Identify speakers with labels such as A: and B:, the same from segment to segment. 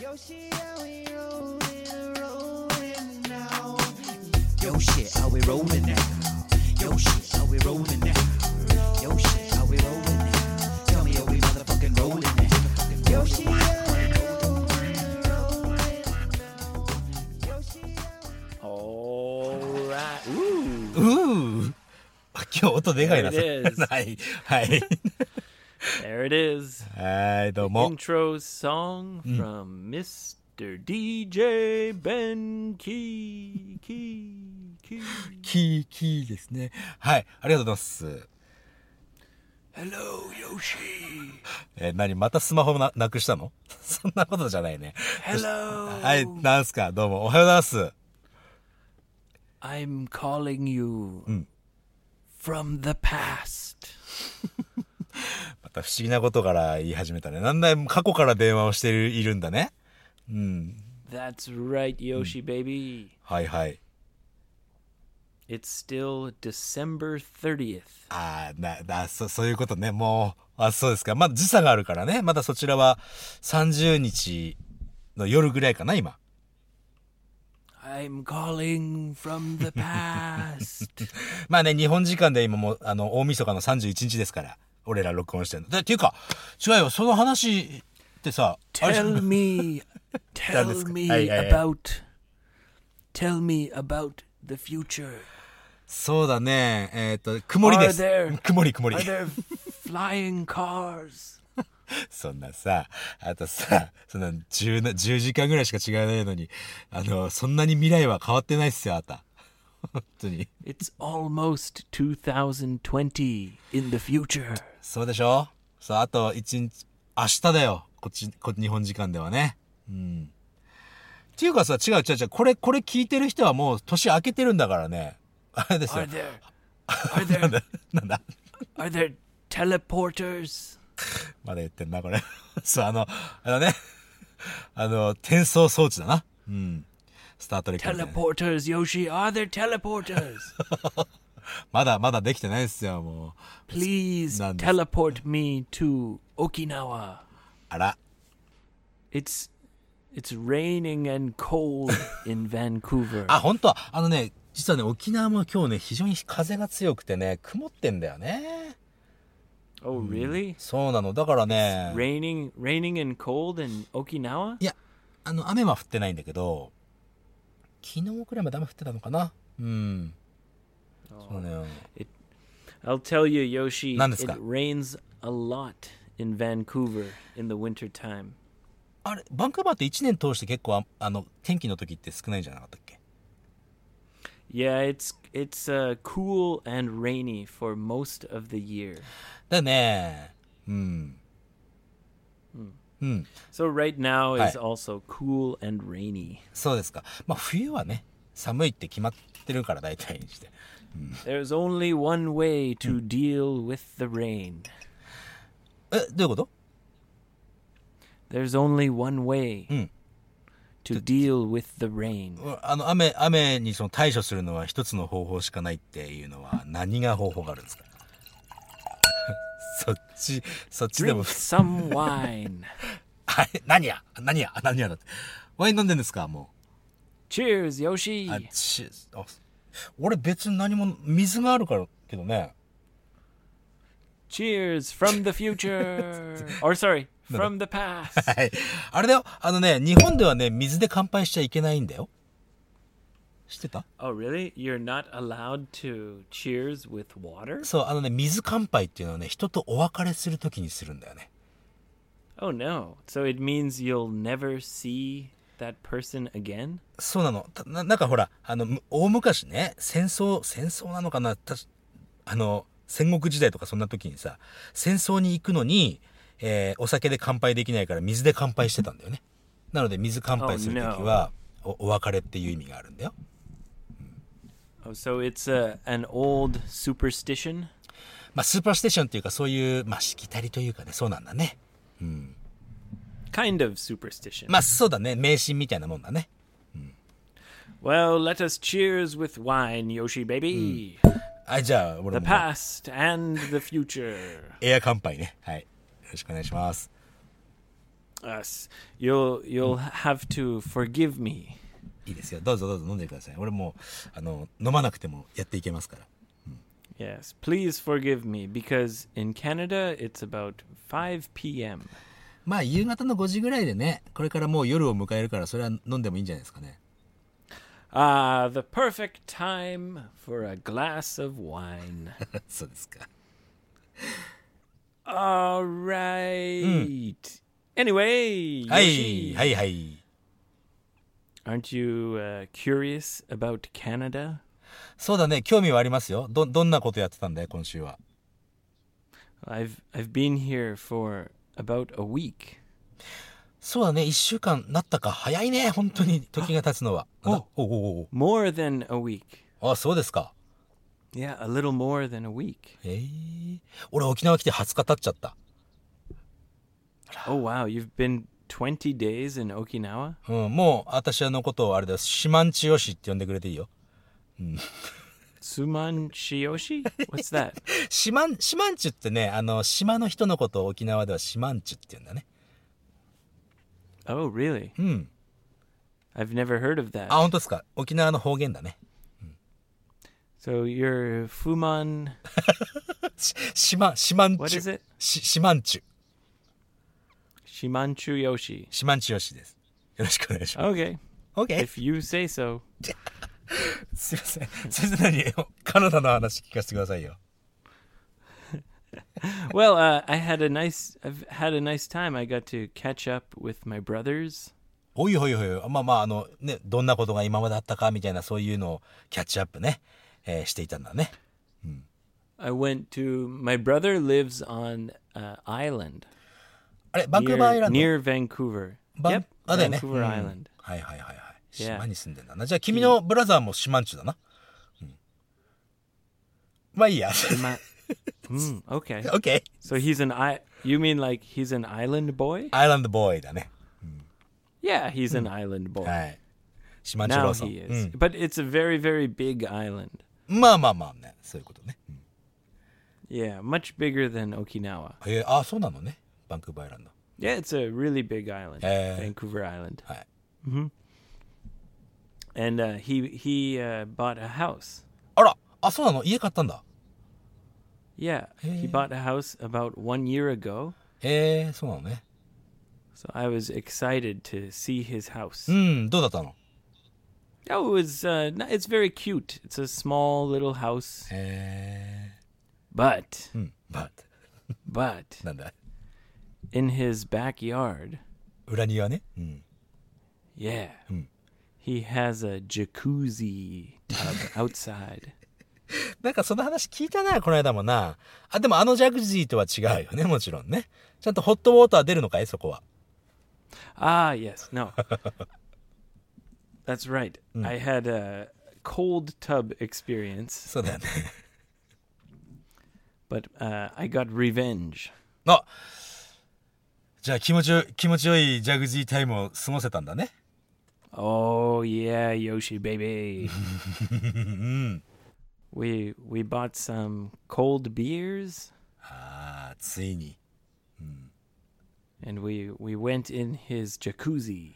A: Yo, shit, how we rolling, rolling now? Yo, shit, how we rolling now? Yo, shit, how we rolling now? Yo, shit, how we rolling now? Tell me, are we motherfucking rolling now? Yo, shit, how we rolling, rolling now? Yo, shit, how we-
B: Alright. Ooh.
C: うーあ今日音でかいな、そ
B: There
C: れ
B: it is.
C: はい。はい。
B: There it is.
C: はい、どうも。
B: Intro song from Mr. DJ Ben Key. Key. Key.
C: キー、キーですね。はい、ありがとうございます。
B: Hello, Yoshi.
C: えー何またスマホな、なくしたの そんなことじゃないね。
B: Hello.
C: はい、なんすか、どうも、おはようございます。
B: I'm calling you from the past.
C: また不思議なことから言い始めたね。なんだい、過去から電話をしてるいるんだね。
B: That's right, Yoshi, baby.
C: はいはい。
B: It's still December 30th.
C: ああ、な、だ、そ、そういうことね。もう、あ、そうですか。まだ時差があるからね。まだそちらは30日の夜ぐらいかな、今。
B: I'm calling from the past.
C: まあね、日本時間で今もう、あの、大晦日の31日ですから、俺ら録音してるの。で、っていうか、違うよ、その話ってさ、あれじゃ
B: tell me,
C: 何で
B: tell
C: すか
B: me
C: はいはいはい
B: about, tell me about the future.
C: そうだね、えっ、と、曇りです。
B: Are there-
C: 曇り曇り
B: Are。there flying cars?
C: そんなさ、あとさ、そんな10な、10時間ぐらいしか違わないのに、あの、そんなに未来は変わってないっすよ、あなた。 本当に。
B: It's almost 2020 in the future.
C: そうでしょそう、あと1日、明日だよ。こっち、こ日本時間ではね。うん。っていうかさ、違う違う違う、これ、これ聞いてる人はもう年明けてるんだからね。あれですよ
B: Are。there, are there,
C: なんだ
B: are there teleporters?
C: まだ言ってんな、これ。 そう、あの、あのね、あの、転送装置だな。うん。スタートレックみたいな。
B: Teleporters, Yoshi. Are there teleporters?
C: まだまだできてないですよ、もう。
B: Please
C: なんです
B: teleport me to Okinawa.
C: あら。
B: It's it's raining and cold in Vancouver.
C: あ、本当は、あのね、実はね、沖縄も今日ね、非常に風が強くてね、曇ってんだよね。
B: Oh, really?
C: そうなの。だからね、
B: Raining, raining and cold in Okinawa?
C: いや、あの、雨は降ってないんだけど、昨日くらいまで雨降ってたのかな。うん。そうだよ。
B: I'll tell you, Yoshi,
C: 何ですか？
B: it rains a lot in Vancouver in the winter time.
C: あれ、バンクーバーって1年通して結構あ、あの、天気の時って少ないんじゃなかったっけ
B: Yeah, it's it's uh, cool and rainy for most of the year.
C: だよね。うん。うん。
B: So right now is
C: はい。
B: also cool and rainy.
C: そうですか。まあ、冬はね、寒いって決まってるから、大体にして。
B: There's only one way to deal with the rain.
C: え、どういうこと
B: There's only one way
C: うん
B: to deal with the rain.
C: あの、雨、雨にその対処するのは一つの方法しかないっていうのは何が方法があるんですか そっち、そっちでも
B: Drink、some wine.
C: あれ、何や何や何やだって。ワイン飲んでんですかも
B: Cheers, Yoshi.
C: う。あ、ち、あ、俺別に何も、水があるから、けどね。
B: Cheers from the future. or sorry, from the past.
C: はい。あれだよ、あのね、日本ではね、水で乾杯しちゃいけないんだよ。知ってた
B: oh, really? You're not allowed to cheers with water?
C: そう、あのね、水乾杯っていうのはね、人とお別れするときにするんだよね。
B: Oh no. So it means you'll never see that person again?
C: そうなの。たななんかほら、あの、む大昔ね、戦争、戦争なのかなたしあの、戦国時代とかそんな時にさ、戦争に行くのに、えーお酒で乾杯できないから水で乾杯してたんだよね。なので水乾杯するときは、お、お別れっていう意味があるんだよ。
B: Oh, so it's uh, an old superstition?
C: まあ、スーパーステーションっていうかそういう、まあ、しきたりというかね、そうなんだね。
B: Kind of superstition.
C: まあ、そうだね、迷信みたいなもんだね。
B: well, let us cheers with wine, Yoshi baby.
C: はい、じゃあ、俺
B: The
C: も
B: past and the future.
C: エア乾杯ね。はい。よろしくお願いします。
B: Us. You'll you'll have to forgive me.
C: いいですよどうぞどうぞ飲んでください俺もうあの飲まなくてもやっていけますから
B: Yes, please forgive me because in Canada it's about 5 p.m.
C: まあ夕方の5時ぐらいでねこれからもう夜を迎えるからそれは飲んでもいいんじゃないですかね
B: Ah, the perfect time for a glass of wine.
C: そうですか
B: All right. Anyway,
C: はい
B: Yoshi,
C: はいはい
B: aren't you uh, curious about Canada?
C: そうだね興味はありますよどどんなことやってたんだよ今週は
B: I've I've been here for about a week.
C: そうだね1週間なったか早いね本当に時が経つのはおおおお
B: More than a week.
C: おあそうですか
B: Yeah, a little more than a week.
C: ええ俺沖縄来て20日経っちゃった
B: Oh wow, you've been 20 days in Okinawa?
C: うん、もう私のことをあれだよ島んちよしって呼んでくれていいよ
B: Suman Shiyoshi? What's that?
C: 島ん島んちゅってねあの島の人のことを沖縄では島んちゅって言うんだね
B: oh, really?
C: うん
B: I've never heard of that.
C: あ本当ですか沖縄の方言だね
B: So you're Fuman.
C: し島島ん
B: What
C: ちゅ
B: is it?
C: し島んちゅ
B: Shimanchu Yoshi.
C: 島んちよしですよろしくお願いしま
B: Okay,
C: す OK
B: if you say so.
C: すいません先生何カナダの話聞かせてくださいよ
B: Well, uh, I had a nice. I've had a nice time. I got to catch up with my brothers.
C: おいおいおいおいまあまああのねどんなことが今まであったかみたいなそういうのをキャッチアップね、えーしていたんだね
B: I went to. My brother lives on uh, island
C: あれバンクーバーアイ
B: near,
C: ランド
B: near Vancouver.
C: バン
B: yep,
C: あだよね。
B: Vancouver
C: うん
B: Island.
C: はいはいはいはい。
B: Yeah.
C: 島に住んでんだな。じゃあ君のブラザーも島んちゅだな。うん、まあいいや。
B: Ma- Mm, okay,
C: オッケー。
B: so he's an I. You mean like he's an island boy?
C: アイランドボーイだね。
B: Yeah, he's an island boy.
C: はい。島んちゅロ
B: Now
C: ーソン。
B: he is. But it's a very, very big island.
C: うん、まあまあまあね。そういうことね。うん
B: Yeah, much bigger than Okinawa.
C: えーあ、そうなのね。バンクーバーアイランド。
B: Yeah, it's a really big island,
C: Yeah.
B: Vancouver Island.
C: はい。
B: And uh, he he uh, bought a house.
C: あら、あ、そうなの家買ったんだ。
B: Yeah, he bought a house about one year ago.
C: へえ、そうなのね。
B: So I was excited to see his house.
C: うん、どうだったの
B: Oh, it was uh, n- it's very cute. It's a small little house,
C: へえ。
B: but
C: うん、バッ。
B: but
C: なんだ
B: in his backyard,
C: 裏庭ね。うん。
B: yeah, he has a jacuzzi tub outside.
C: なんかその話聞いたな、この間もな。あ、でもあのジャグジーとは違うよね、もちろんね。ちゃんとホットウォーター出るのかいそこは。
B: Ah, yes. No. That's right. I had a cold tub experience,
C: そうだよね。
B: but uh, I got revenge.
C: あじゃあ気持ちよ、気持ちよいジャグジータイムを過ごせたんだね。
B: Oh yeah, Yoshi baby. we we bought some cold beers
C: ああ、ついに。
B: and we we went in his jacuzzi.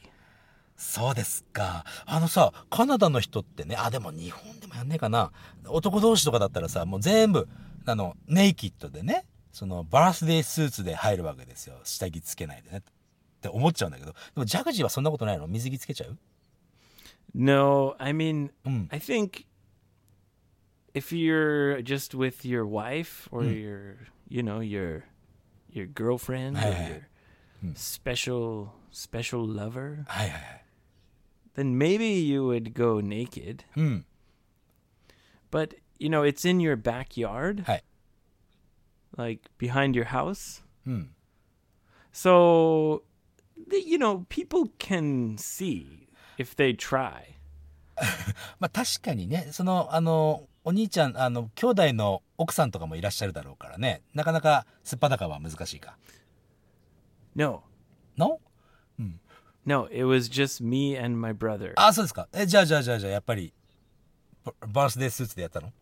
C: そうですか。あのさ、カナダの人ってね、あ、でも日本でもやんねえかな。男同士とかだったらさ、もう全部、あの、ネイキッドでね、その、バースデースーツで入るわけですよ。下着つけないでね。って思っちゃうんだけど。でもジャグジーはそんなことないの水着つけちゃう
B: No, I mean
C: Mm.
B: I think if you're just with your wife or your you know, your your girlfriend or
C: Yeah.
B: your special special lover,
C: はいはいはい。
B: then maybe you would go naked.
C: うん。
B: But you know, it's in your backyard,
C: はい。
B: like behind your house.
C: うん。
B: So the- you know, people can see if they try.
C: まあ確かにね、その、あの、お兄ちゃん、あの、兄弟の奥さんとかもいらっしゃるだろうからね、なかなかすっぱだかは難しいか。
B: No.
C: No?
B: No, it was just me and my brother.
C: あ、そうですか。え、じゃあじゃあじゃあじゃあ、やっぱり、ババースデースーツでやったの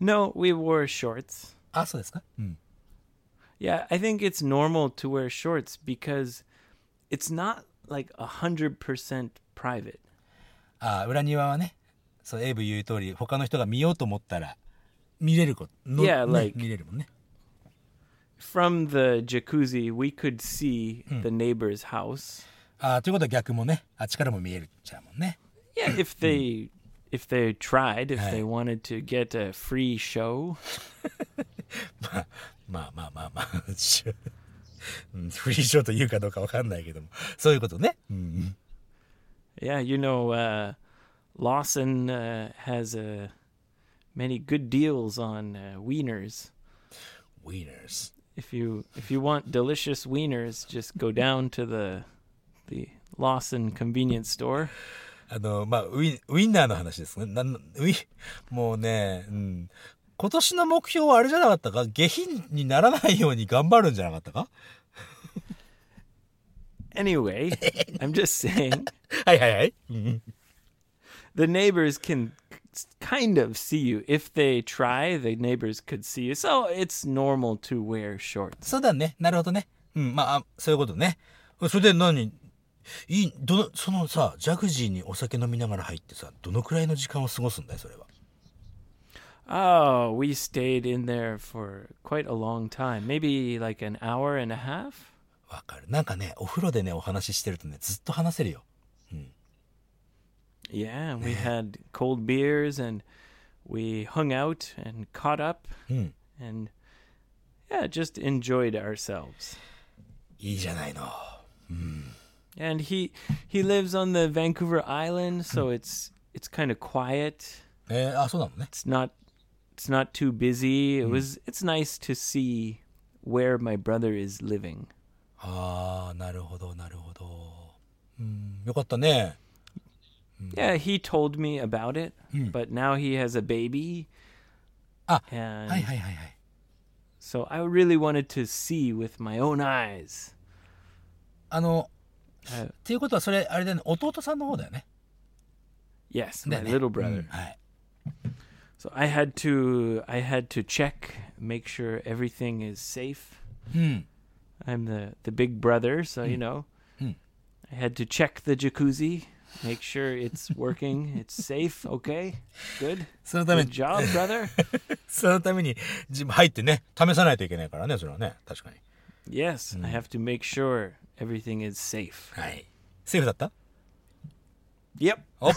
B: No, we wore shorts.
C: あ、そうですか。うん。
B: Yeah, I think it's normal to wear shorts because it's not like a hundred percent private.
C: あー裏庭はねそうエイブ言う通り他の人が見ようと思ったら見れることの、
B: Yeah,
C: ね
B: like-
C: 見れるもんね
B: From the jacuzzi, we could see the neighbor's house.
C: あーということは逆もねあっちからも見えるちゃうもんね
B: Yeah, if they if they tried, if they wanted to get a free show,
C: まあまあまあ まあしゅうんフリーショーと言うかどうかわかんないけどもそういうことね、うん、
B: yeah, you know, uh, Lawson uh, has uh, many good deals on uh, wieners.
C: Wieners
B: If you if you want delicious wieners, just go down to the the Lawson convenience store.
C: あの、まあ、ウィン、ウィンナーの話ですね。なん、ウィ、もうね、うん。今年の目標はあれじゃなかったか下品にならないように頑張るんじゃなかったか
B: Anyway, I'm just saying
C: はいはいはい。うん。
B: the neighbors can k- kind of see you if they try. The neighbors could see you, so it's normal to wear shorts.
C: そうだね。なるほどね。うん。まああ、そういうことね。それで何いい、どの、そのさ、ジャグジーにお酒飲みながら入ってさ、どのくらいの時間を過ごすんだよ、それは。
B: Oh, we stayed in there for quite a long time, maybe like an hour and a half.
C: わかる。なんかね、お風呂でね、お話ししてるとね、ずっと話せるよ。
B: Yeah, and we had cold beers and we hung out and caught up and yeah, just enjoyed ourselves.
C: いいじゃないの。
B: And he he lives on the Vancouver Island, so it's it's kind of quiet.
C: えーあ、そうなのね。
B: It's not it's not too busy. It was it's nice to see where my brother is living.
C: ああ、なるほど、なるほど。うん、よかったね。
B: Yeah, he told me about it, but now he has a baby.
C: Ah,
B: and
C: はいはいはいはい。
B: so I really wanted to see with my own eyes.
C: あの、
B: はい
C: っていうことはそれあれだよね弟さんの方だよね。
B: Yes,
C: だ
B: my
C: よね
B: little brother.
C: うんはい。
B: So I had to I had to check, make sure everything is safe.
C: うん。
B: I'm the the big brother, so you know.
C: Mm.
B: I had to check the jacuzzi, make sure it's working, it's safe, okay? Good.
C: そのため
B: Good
C: に
B: job, brother.
C: そのために自分入ってね試さないといけないからねそれはね確かに。
B: yes, I have to make sure everything is safe.
C: はい。セーフだった
B: Yep.
C: お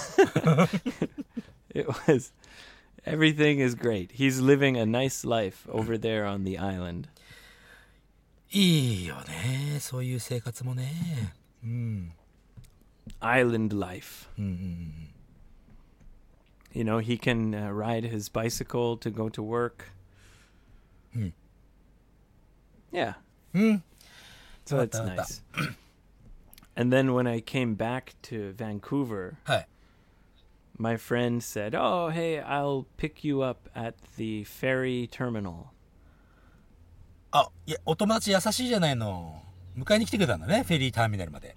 B: It was everything is great. He's living a nice life over there on the island.
C: いいよねそういう生活もね。うん。
B: Island life. You know, he can uh, ride his bicycle to go to work. Yeah.
C: Hmm.
B: So that's
C: Tata.
B: nice. and then when I came back to Vancouver,
C: はい。
B: my friend said, "Oh, hey, I'll pick you up at the ferry terminal."
C: あいやお友達優しいじゃないの。迎えに来てくれたんだねフェリーターミナルまで。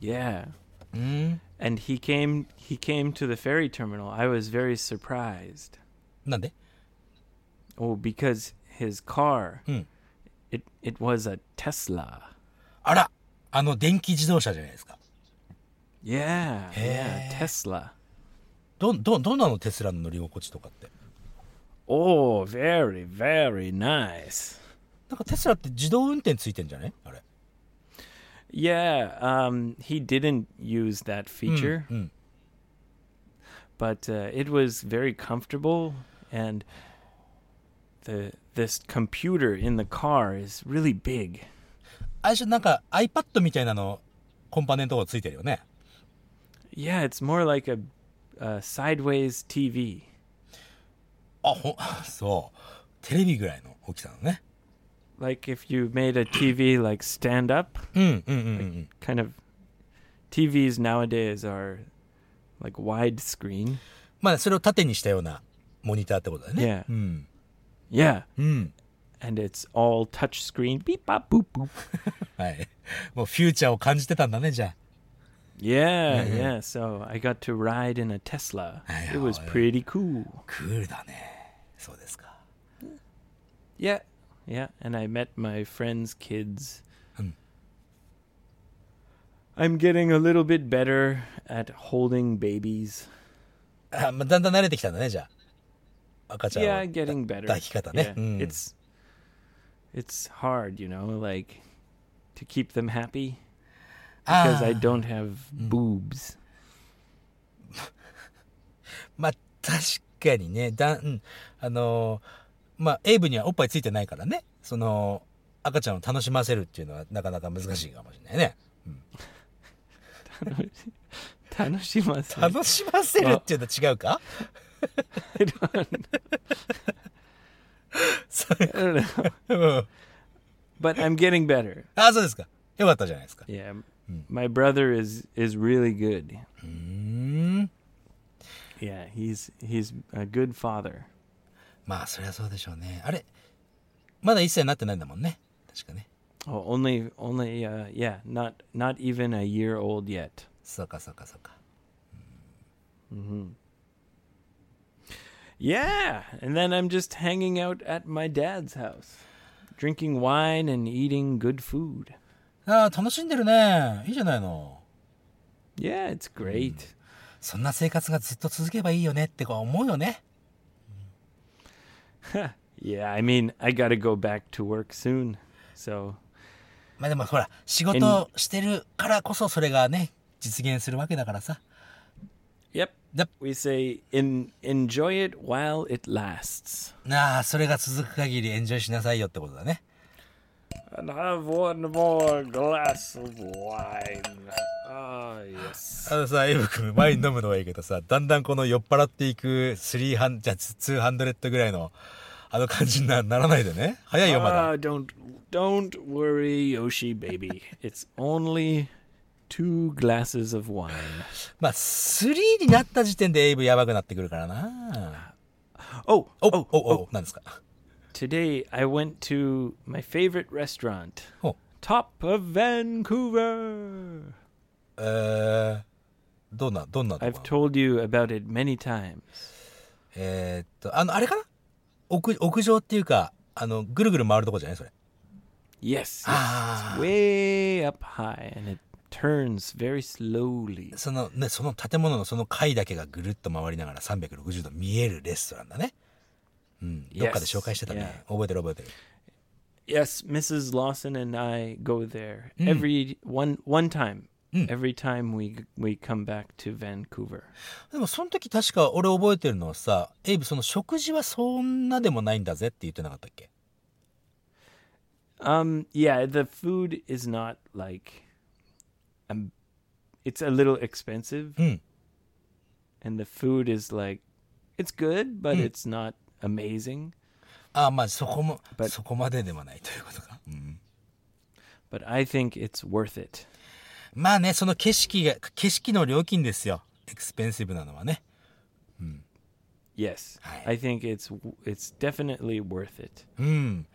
B: Yeah.
C: うん。
B: And he came he came to the ferry terminal. I was very surprised.
C: なんで
B: Oh, because his car
C: Hmm.
B: it it was a Tesla.
C: あらあの電気自動車じゃないですか。
B: Yeah. Yeah,
C: Hey.
B: Tesla.
C: どんどんどんなのテスラの乗り心地とかって。
B: Oh, very very nice.
C: なんかテスラって自動運転ついてんじゃないあれ。
B: Yeah, um, he didn't use that feature, but uh, it was very comfortable, and the this computer in the car is really big.
C: あれじゃなんか iPad みたいなのコンパネントがついてるよね
B: Yeah, it's more like a, a sideways TV.
C: あほんそうテレビぐらいの大きさのね
B: Like if you made a TV like stand up,
C: うんうんうんうん、
B: kind of. TVs nowadays are like widescreen.
C: まあそれを縦にしたようなモニターってことだよね、
B: Yeah.
C: うん、
B: Yeah,
C: うん、
B: and it's all touch screen. Beep, bop, boop, boop.
C: はいもうフューチャーを感じてたんだねじゃ
B: Yeah, yeah. So I got to ride in a Tesla.
C: Hey,
B: It was
C: oh, yeah.
B: pretty
C: あ
B: cool.
C: クールだねそうですか
B: Yeah, Yeah, and I met my friends' kids. I'm getting a little bit better at holding babies.
C: あ、まあ、だんだん慣れてきたんだね、じゃあ。赤ちゃんを
B: Yeah, getting better.
C: 抱き方ね。
B: Yeah,
C: うん
B: It's it's hard, you know, like to keep them happy
C: あ
B: because I
C: ー
B: don't have boobs.
C: まあ、確かにね、だん、うんあのーまあ、エイブにはおっぱいついてないからね、その、赤ちゃんを楽しませるっていうのはなかなか難しいかもしれないね。
B: 楽しますね。
C: 楽しませるっていうのは違うか
B: I don't,
C: そ
B: I don't know.
C: ううん
B: But I'm getting better.
C: あ、そうですか。よかったじゃないですか。
B: Yeah. My brother is is really good.
C: うーん。
B: Yeah, he's he's a good father.
C: まあ、そりゃそうでしょうね。あれまだ一歳になってないんだもんね。確かね。
B: Oh, only only uh yeah, not not even a year old yet.
C: そうかそうかそうか。
B: Yeah, and then I'm just hanging out at my dad's house, drinking wine and eating good food.
C: ああ、楽しんでるね。いいじゃないの。
B: Yeah, it's great.
C: そんな生活がずっと続けばいいよねってこう思うよね。
B: Yeah, I mean, I got to go back to work soon. So,
C: まあでもほら、仕事をしてるからこそそれがね、実現するわけだからさ。
B: yep.
C: Yep.
B: We say in enjoy it while it lasts.
C: なあ、それが続く限りエンジョイしなさいよってことだね。
B: And have one more glass of wine. Ah, yes.
C: あのさ、エイブ君、ワイン飲むのはいいけどさ、だんだんこの酔っ払っていく3ハン、じゃあ200ぐらいの、あの感じになならないでね。早いよ、まだ。
B: Ah, don't don't worry, Yoshi baby. it's only two glasses of wine.
C: まあ、3になった時点でエイブやばくなってくるからな。
B: Oh,
C: お、お、お、何ですか
B: Today I went to my favorite restaurant,
C: ほう。
B: top of Vancouver.
C: えー、どんな、どんなと
B: I've
C: こ
B: told you about it many times.
C: えー、っと、あの、あれかな屋、屋上っていうか、あの、ぐるぐる回るとこじゃないそれ。
B: Yes, yes.
C: ああ。
B: way up high and it turns very slowly.
C: そのね、その建物のその階だけがぐるっと回りながら360度見えるレストランだね。うん。どっかで紹介してたね。覚えてる覚えてる。
B: Yes, Mrs. Lawson and I go there every one one time. Every time we we come back to Vancouver.
C: でもその時確か俺覚えてるのはさ、エイブその食事はそんなでもないんだぜって言ってなかったっけ
B: Um, yeah, the food is not like, um, it's a little expensive,
C: Mm.
B: and the food is like, it's good, but it's not amazing.
C: ああ、まあそこも、
B: But-
C: そこまででもないということか。うん。
B: But I think it's worth it.
C: まあね、その景色が、景色の料金ですよ。エクスペンシブなのはね。
B: Yes,
C: Aye.
B: I think it's it's definitely worth it.
C: うん。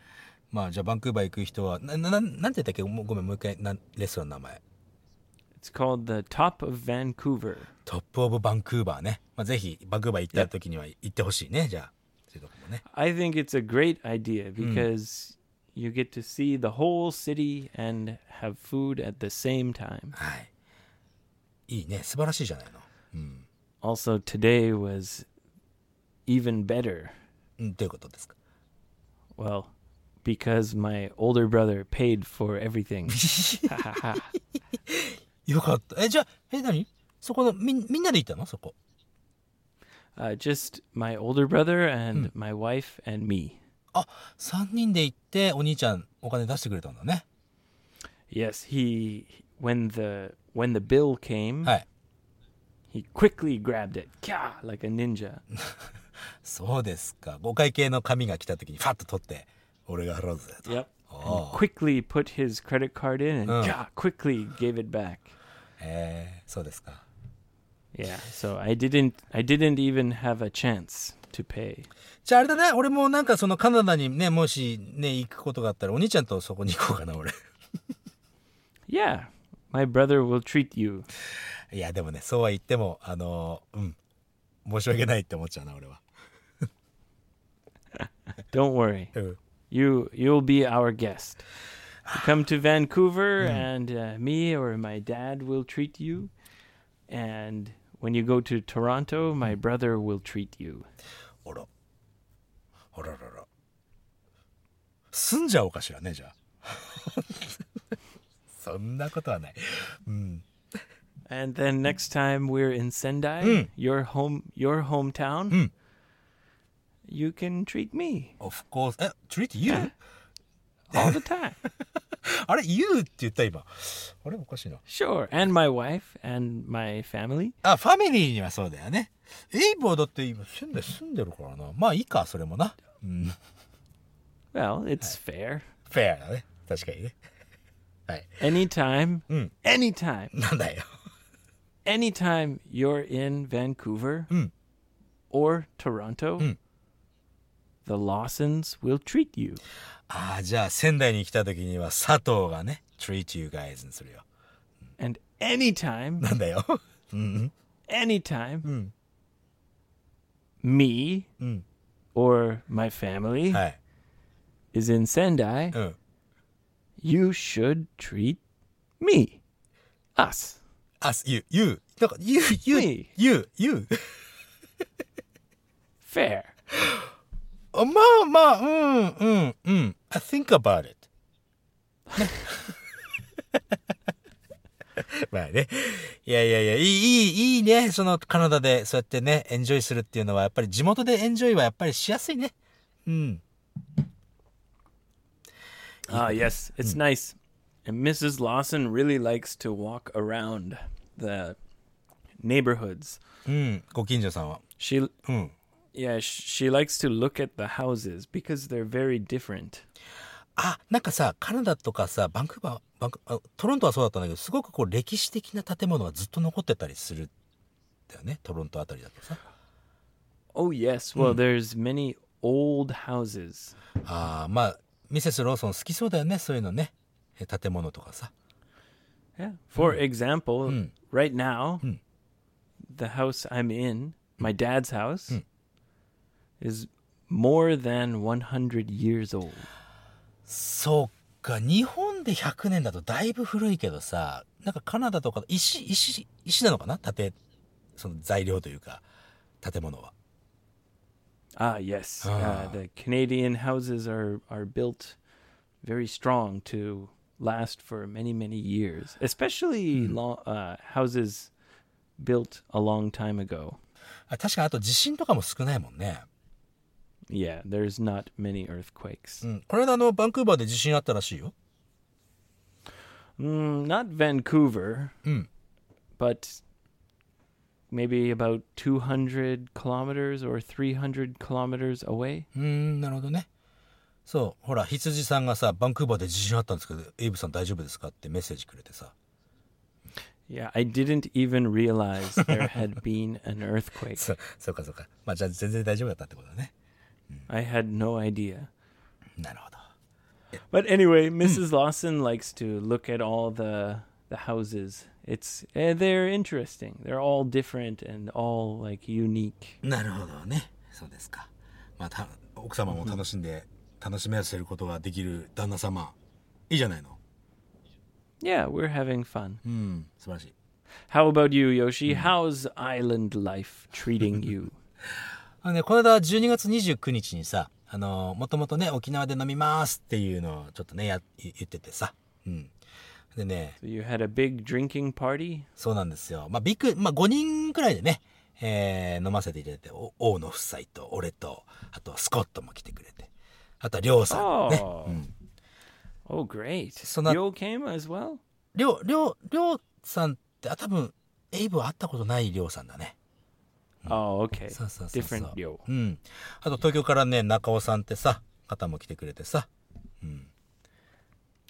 C: まあじゃあバンクーバー行く人は、な、な、なんなんて言ったっけもうごめん、もう一回、なんレストランの名前。
B: It's called the Top of Vancouver.
C: トップオブバンクーバーね。まあ、ぜひ、バンクーバー行った時には行ってほしいね、じゃあ。そういうとこもね。
B: I think it's a great idea because you get to see the whole city and have food at the same time.
C: はい。いいね。素晴らしいじゃないの。
B: Also, today was even better.
C: うん、ということですか。
B: Well, because my older brother paid for everything.
C: よかった。え、じゃあ、え、何そこの、みん、みんなで行ったのそこ。
B: uh, just my older brother and my wife and me.
C: あ、三人で行って、お兄ちゃん、お金出してくれたんだね。
B: Yes, he when the when the bill came,
C: はい。
B: he quickly grabbed it, Kya! like a ninja.
C: そうですか。お会計の紙が来た時に、ファッと取って、俺が払うぜ。と
B: Yep. And quickly put his credit card in and "Kya!" quickly gave it back.
C: へえ、そうですか。
B: Yeah, so I didn't I didn't even have a chance to pay.
C: じゃああれだね、俺もなんかそのカナダにね、もしね、行くことがあったら、お兄ちゃんとそこに行こうかな、俺。
B: Yeah, my brother will treat you.
C: いや、でもね、そうは言っても、あのーうん。申し訳ないって思っちゃうな、俺は。
B: Don't worry.
C: うん。
B: you you'll be our guest. You come to Vancouver, and uh, me or my dad will treat you. And when you go to Toronto, my brother will treat you.
C: あら。あららら。住んじゃおうかしらね、じゃ あ。そんなことはない。
B: And then next time we're in Sendai, your home, your hometown, you can treat me
C: of course, え、treat you?
B: all the time.
C: あれ、you って言った今。あれ、おかしいな。
B: sure, and my wife and my family.
C: あ、ファミリーにはそうだよね。エイブはだって今住んで、住んでるからな。まあいいか、それもな。うん。
B: Well, it's fair.
C: フェアだね。確かにね。はい。
B: Anytime, anytime.
C: なんだよ。
B: anytime you're in Vancouver or Toronto, the Lawsons will treat you.
C: ああ、じゃあ仙台に来た時には佐藤がね、treat you guys にするよ。
B: And anytime,
C: なんだよ。
B: anytime, me or my family
C: はい。
B: is in Sendai,
C: うん。
B: you should treat me. Us.
C: あ、you, you, なんか you, you,
B: Me.
C: you, you.
B: Fair.
C: あまあまあ、うん、うん、うん。I think about it. まあね。いやいやいや、いい、いい、いいね。そのカナダでそうやってね、エンジョイするっていうのは、やっぱり地元でエンジョイはやっぱりしやすいね。うん。
B: Ah, yes, it's nice. And Mrs. Lawson really likes to walk around the neighborhoods.
C: うん。ご近所さんは。
B: She
C: うん。
B: Yeah, sh- she likes to look at the houses because they're very different.
C: あ、なんかさ、カナダとかさ、バンクーバー、バンクあトロントはそうだったんだけど、すごくこう歴史的な建物がずっと残ってたりするんだよね。トロントあたりだとさ。
B: Oh yes, well there's many old houses.
C: ああ、まあ、ミセス・ローソン好きそうだよね。そういうのね。え建物とかさ。
B: Yeah. Hmm. For example, right now the house I'm in, my dad's house is more than 100 years old.
C: そうか、日本で100年だとだいぶ古いけどさ、なんかカナダとか、石、石、石なのかな建て、その材料というか、建物は。
B: Ah, yes. Uh, the Canadian houses are are built very strong to last for many many years, especially lo- uh, houses built a long time ago.
C: あ確かにあと地震とかも少ないもんね。
B: Yeah, there's not many earthquakes.
C: うん。この間あの、バンクーバーで地震あったらしいよ。
B: Mm, not Vancouver, but maybe about 200 kilometers or 300 kilometers away.
C: うーん、なるほどね。そう、ほら、羊さんがさ、バンクーバーで地震あったんですけど、エイブさん大丈夫ですかってメッセージくれてさ。
B: Yeah, I didn't even realize there had been an earthquake.
C: そ、そうかそうか。まあ、じゃあ全然大丈夫だったってことだね。
B: I had no idea.
C: なるほど。
B: But anyway, Mrs. Lawson likes to look at all the the houses. It's uh, they're interesting. They're all different and all like unique.
C: なるほどね。そうですか。まあ、た奥様も楽しんで、楽しめらせることができる旦那様、いいじゃないの。
B: Yeah, we're having fun.
C: うん、素晴らしい。
B: How about you, Yoshi? How's island life treating you?
C: あのね、この間12月29日にさ、あのー、もともとね、沖縄で飲みますっていうのをちょっとね、や、言っててさ。うん。でね、
B: So you had a big drinking party?
C: そうなんですよ。まあ、ビッグ、まあ、5人くらいでね、えー飲ませていただいて、お王の夫妻と、俺と、あとはスコットも来てくれて、あとはりょうさんもね、
B: Oh. Oh, great.
C: So that-
B: you came as well?
C: りょう、りょう、りょうさんって、あ、多分、エイブは会ったことないりょうさんだね。
B: Oh, okay.
C: そうそうそうそう。
B: Different yo.
C: うん。あと、東京からね、中尾さんってさ、方も来てくれてさ、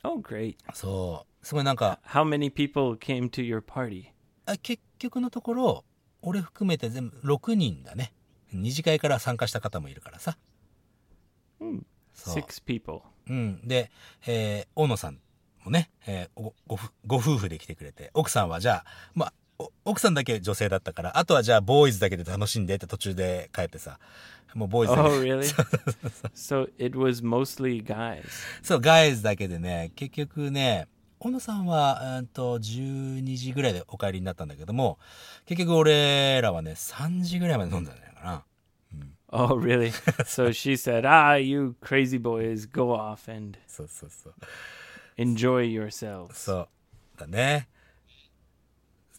B: Oh, great.
C: そう、すごいなんか、
B: How many people came to your party?
C: あ結局のところ、俺含めて全部6人だね。二次会から参加した方もいるからさ。そう。
B: Six people.
C: うん。で、えー、大野さんもね、えーごご夫ご夫婦で来てくれて、奥さんはじゃあ、まあ、お奥さんだけ女性だったから、あとはじゃあボーイズだけで楽しんでって途中で帰ってさ、もうボーイズだけ
B: Oh, really? so it was mostly guys.
C: そう、ガイズだけでね、結局ね、小野さんは、うんと、12時ぐらいでお帰りになったんだけども、結局俺らはね、3時ぐらいまで飲んだんじゃないかな。
B: Oh, really? so she said, "Ah, you crazy boys, go off and
C: そうそうそう。
B: enjoy yourselves."
C: そう。だね。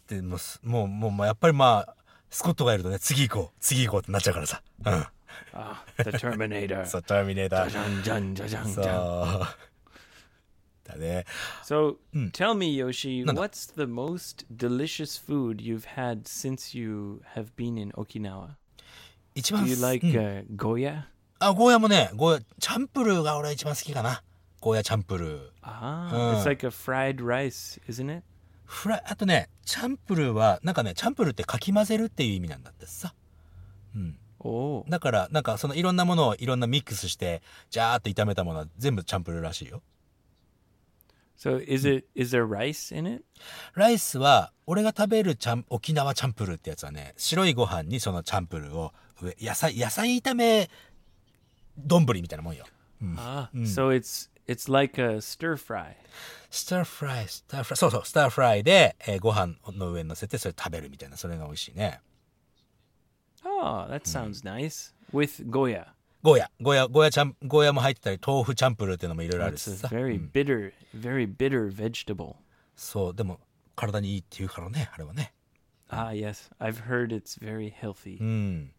C: でもうす、もう、もう、まあやっぱりまあ、スコットがいるとね、次行こう、次行こうってなっちゃうからさ。うん。
B: Ah, the Terminator.
C: そう、ターミネーター。
B: Dun, dun, dun, dun,
C: そう。
B: dun.
C: だね。
B: So tell me, Yoshi, what's the most delicious food you've had since you have been in Okinawa?
C: 一
B: Do
C: 番
B: you like
C: うん
B: uh, Goya?
C: あ、ゴーヤもね、ゴーヤ、チャンプルーが俺は一番好きかな。ゴーヤチャンプルー。
B: Ah, it's like a fried rice, isn't it?
C: フライ、あとね、チャンプルーは、なんかね、チャンプルーってかき混ぜるっていう意味なんだってさ。
B: Oh,
C: だから、なんかそのいろんなものをいろんなミックスして、ジャーって炒めたものは全部チャンプルーらしいよ。
B: so is it is there rice in it?
C: ライスは、俺が食べるチャン、沖縄チャンプルーってやつはね、白いご飯にそのチャンプルーを上、野菜、野菜炒め、丼みたいなもんよ。
B: Ah, so it's it's like a stir fry.
C: スターフライ、スターフライ、そうそう、スターフライで、えーご飯の上に乗せてそれ食べるみたいな、それが美味しいね。
B: Oh, that sounds nice with Goya.
C: ゴーヤ、ゴーヤ、ゴーヤチャン、ゴーヤも入ってたり、豆腐チャンプルーっていうのもいろいろある
B: That's
C: し
B: a
C: さ。
B: very bitter, very bitter vegetable.
C: そう、でも、体にいいって言うからね、あれはね。
B: Ah, yes, I've heard it's very healthy.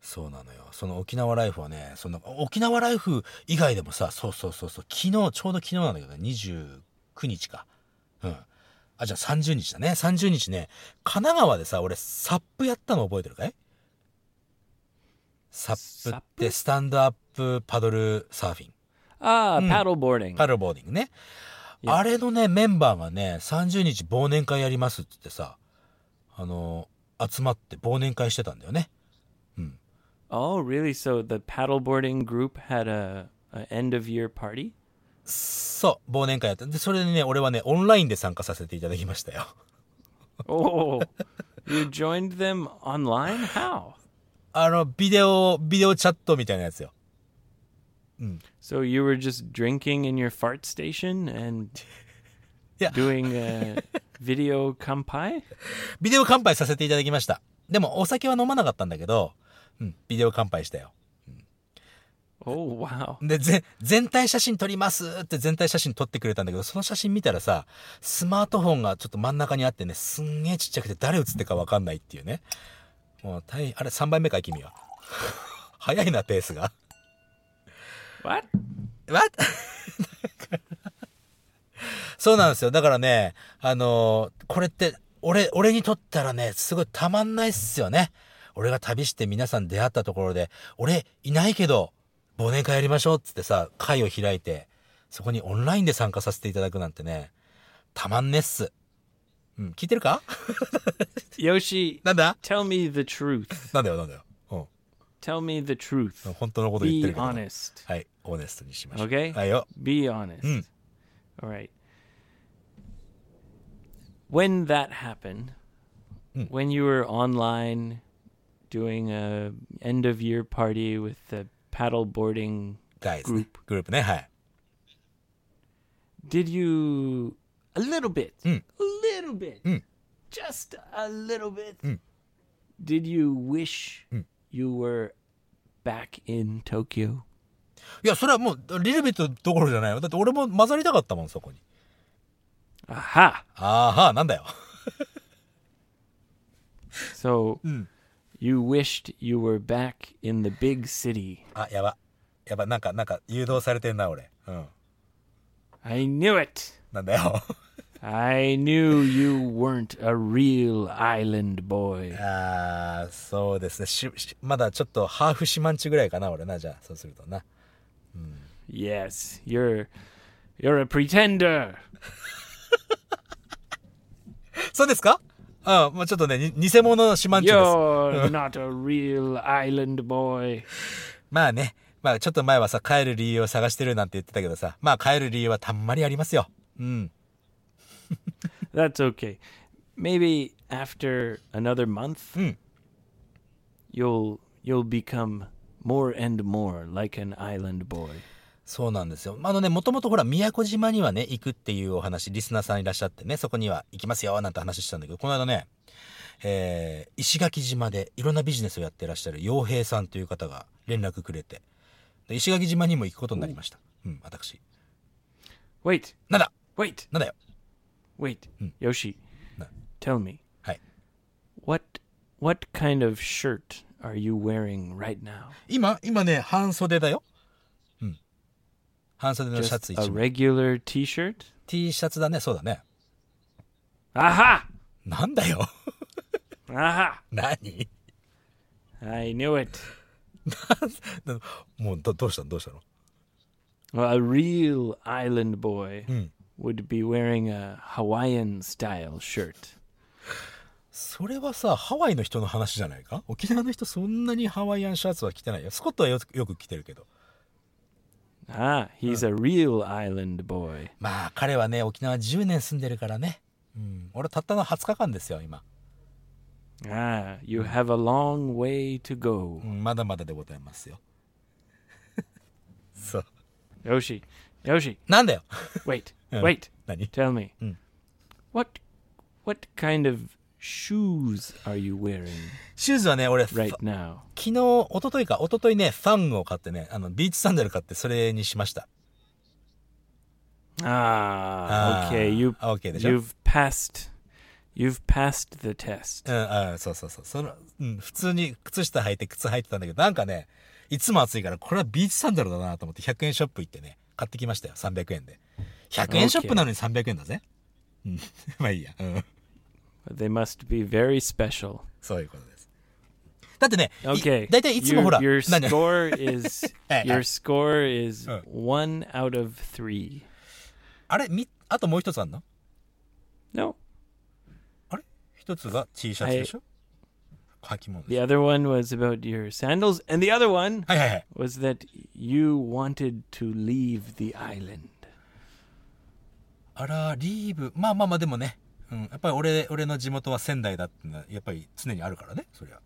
C: そうなのよ。その沖縄ライフはね、その沖縄ライフ以外でもさ、そうそうそうそう、昨日、ちょうど昨日なんだけどね、29日か。うん。あ、じゃあ30日だね。30日ね、神奈川でさ、俺、サップやったの覚えてるかいサップっ
B: サッ
C: てスタンドアップパドルサーフィン。
B: Ah, paddle boarding.
C: パドルボーディングね。あれのね、メンバーがね、30日忘年会やりますって言ってさ、あの、集まって忘年会してたんだよね。
B: Oh, really? So the paddleboarding group had a, a end of year party?
C: そう、忘年会やった。で、それでね、俺はね、オンラインで参加させていただきましたよ。
B: Oh, you joined them online? How?
C: あの、ビデオ、ビデオチャットみたいなやつよ。
B: So you were just drinking in your fart station and
C: Yeah.
B: doing uh, video kampai?
C: ビデオ乾杯させていただきました。でも、お酒は飲まなかったんだけど、うん、ビデオ乾杯したよ。
B: Oh, wow.
C: で、ぜ、全体写真撮りますって全体写真撮ってくれたんだけど、その写真見たらさ、スマートフォンがちょっと真ん中にあってね、すんげえちっちゃくて誰写ってかわかんないっていうね。もう大変、あれ3杯目かい君は。 早いな、ペースが。
B: What?
C: What? そうなんですよ。だからね、あのーこれって、俺、俺にとったらね、すごいたまんないっすよね。俺が旅して皆さん出会ったところで、俺いないけど、忘年会やりましょうっつってさ、会を開いて、そこにオンラインで参加させていただくなんてね、たまんねっす。うん、聞いてるか
B: Yoshi,
C: なんだ
B: tell me the truth.
C: なんだよ、なんだよ。う
B: Tell me the truth.
C: ん。本当のこと言っ
B: Be
C: てるけど。
B: honest.
C: はい、オーネストにしましょう。
B: Okay?
C: はいよ。
B: Be honest.
C: Mm.
B: All right. When that happened, when you were online doing a end of year party with the paddle boarding,
C: ガイズ、ね。グループね、はい。
B: did you a little bit, a little bit, just a little bit, did you wish you were back in Tokyo?
C: いや、それはもう、リルビットどころじゃないよ。だって俺も混ざりたかったもん、そこに。
B: Aha!
C: あーはー、なんだよ。
B: So you wished you were back in the big city.
C: あ、やば。やば、なんか、なんか、誘導されてんな、俺。うん。
B: I knew it.
C: なんだよ。
B: I knew you weren't a real island boy.
C: あー、そうですね。し、しまだちょっと、ハーフシマンチぐらいかな、俺な、じゃあ、そうするとな。
B: Yes, you're you're a pretender.
C: そうですかうん、もうちょっとね、に偽物のシマンチです。
B: You're not a real island boy.
C: まあね、まあちょっと前はさ、帰る理由を探してるなんて言ってたけどさ、まあ帰る理由はたんまりありますよ。うん。
B: That's okay. maybe after another month,
C: Mm.
B: you'll you'll become more and more like an island boy.
C: そうなんですよ。まああのね、もともとほら、宮古島にはね、行くっていうお話、リスナーさんいらっしゃってね、そこには行きますよ、なんて話してたんだけど、この間ね、えー石垣島でいろんなビジネスをやってらっしゃる洋平さんという方が連絡くれて、で石垣島にも行くことになりました。うん、私。
B: Wait,
C: なんだ
B: wait,
C: なんだよ
B: wait, Yoshi,
C: Hmm. No.
B: tell me
C: はい。
B: what what kind of shirt are you wearing right now?
C: 今、今ね、半袖だよ。うん。半袖のシャツ
B: Just
C: 一
B: a
C: 枚。
B: regular T-shirt?
C: T シャツだね、そうだね。
B: Aha!
C: なんだよ
B: Aha!
C: 何
B: I knew it.
C: もうど、どうしたのどうしたの
B: A real island boy
C: Mm.
B: would be wearing a Hawaiian style shirt.
C: それはさ、ハワイの人の話じゃないか沖縄の人そんなにハワイアンシャツは着てないよ。スコットはよよく着てるけど。
B: Ah, he's a real island boy.
C: まあ彼はね、沖縄10年住んでるからね。うん。俺たったの20日間ですよ、今。
B: Ah,
C: Hmm.
B: you have a long way to
C: う
B: go.
C: ん、まだまだでございますよ。 そう。
B: Yoshi, Yoshi,
C: なんだよ
B: wait,
C: Yeah.
B: wait.
C: 何
B: Tell me,
C: Mm.
B: what what kind of shoes are you wearing
C: シューズはね、俺、
B: right
C: 昨
B: now?
C: 日、一昨日か、一昨日ね、ファンを買ってね、あの、ビーチサンダル買って、それにしました。
B: Ah,
C: Ah,
B: okay, you
C: okay, でしょ
B: you've passed, you've passed the test.
C: うん、あーそうそうそう。その、うん、普通に靴下履いて靴履いてたんだけど、なんかね、いつも暑いから、これはビーチサンダルだなと思って100円ショップ行ってね、買ってきましたよ、300円で。100円ショップなのに300円だぜ。うん。 まあいいや。うん。
B: They must be very special.
C: そういうことです。だってね、い
B: Okay.
C: だいたいいつも
B: Your-
C: ほら、
B: your
C: 何
B: score is
C: はいはい。
B: your score is
C: うん。
B: one out of three.
C: あれみ、あともう一つあんの
B: No,
C: あれ一つが T シャツでしょ履き物
B: the
C: でしょ
B: other one was about your sandals, and the other one
C: はいはいはい。
B: was that you wanted to leave the island.
C: あら、リーブ。まあまあまあ、でもね。うん。やっぱり俺、俺の地元は仙台だってのは、やっぱり常にあるからね、そりゃ。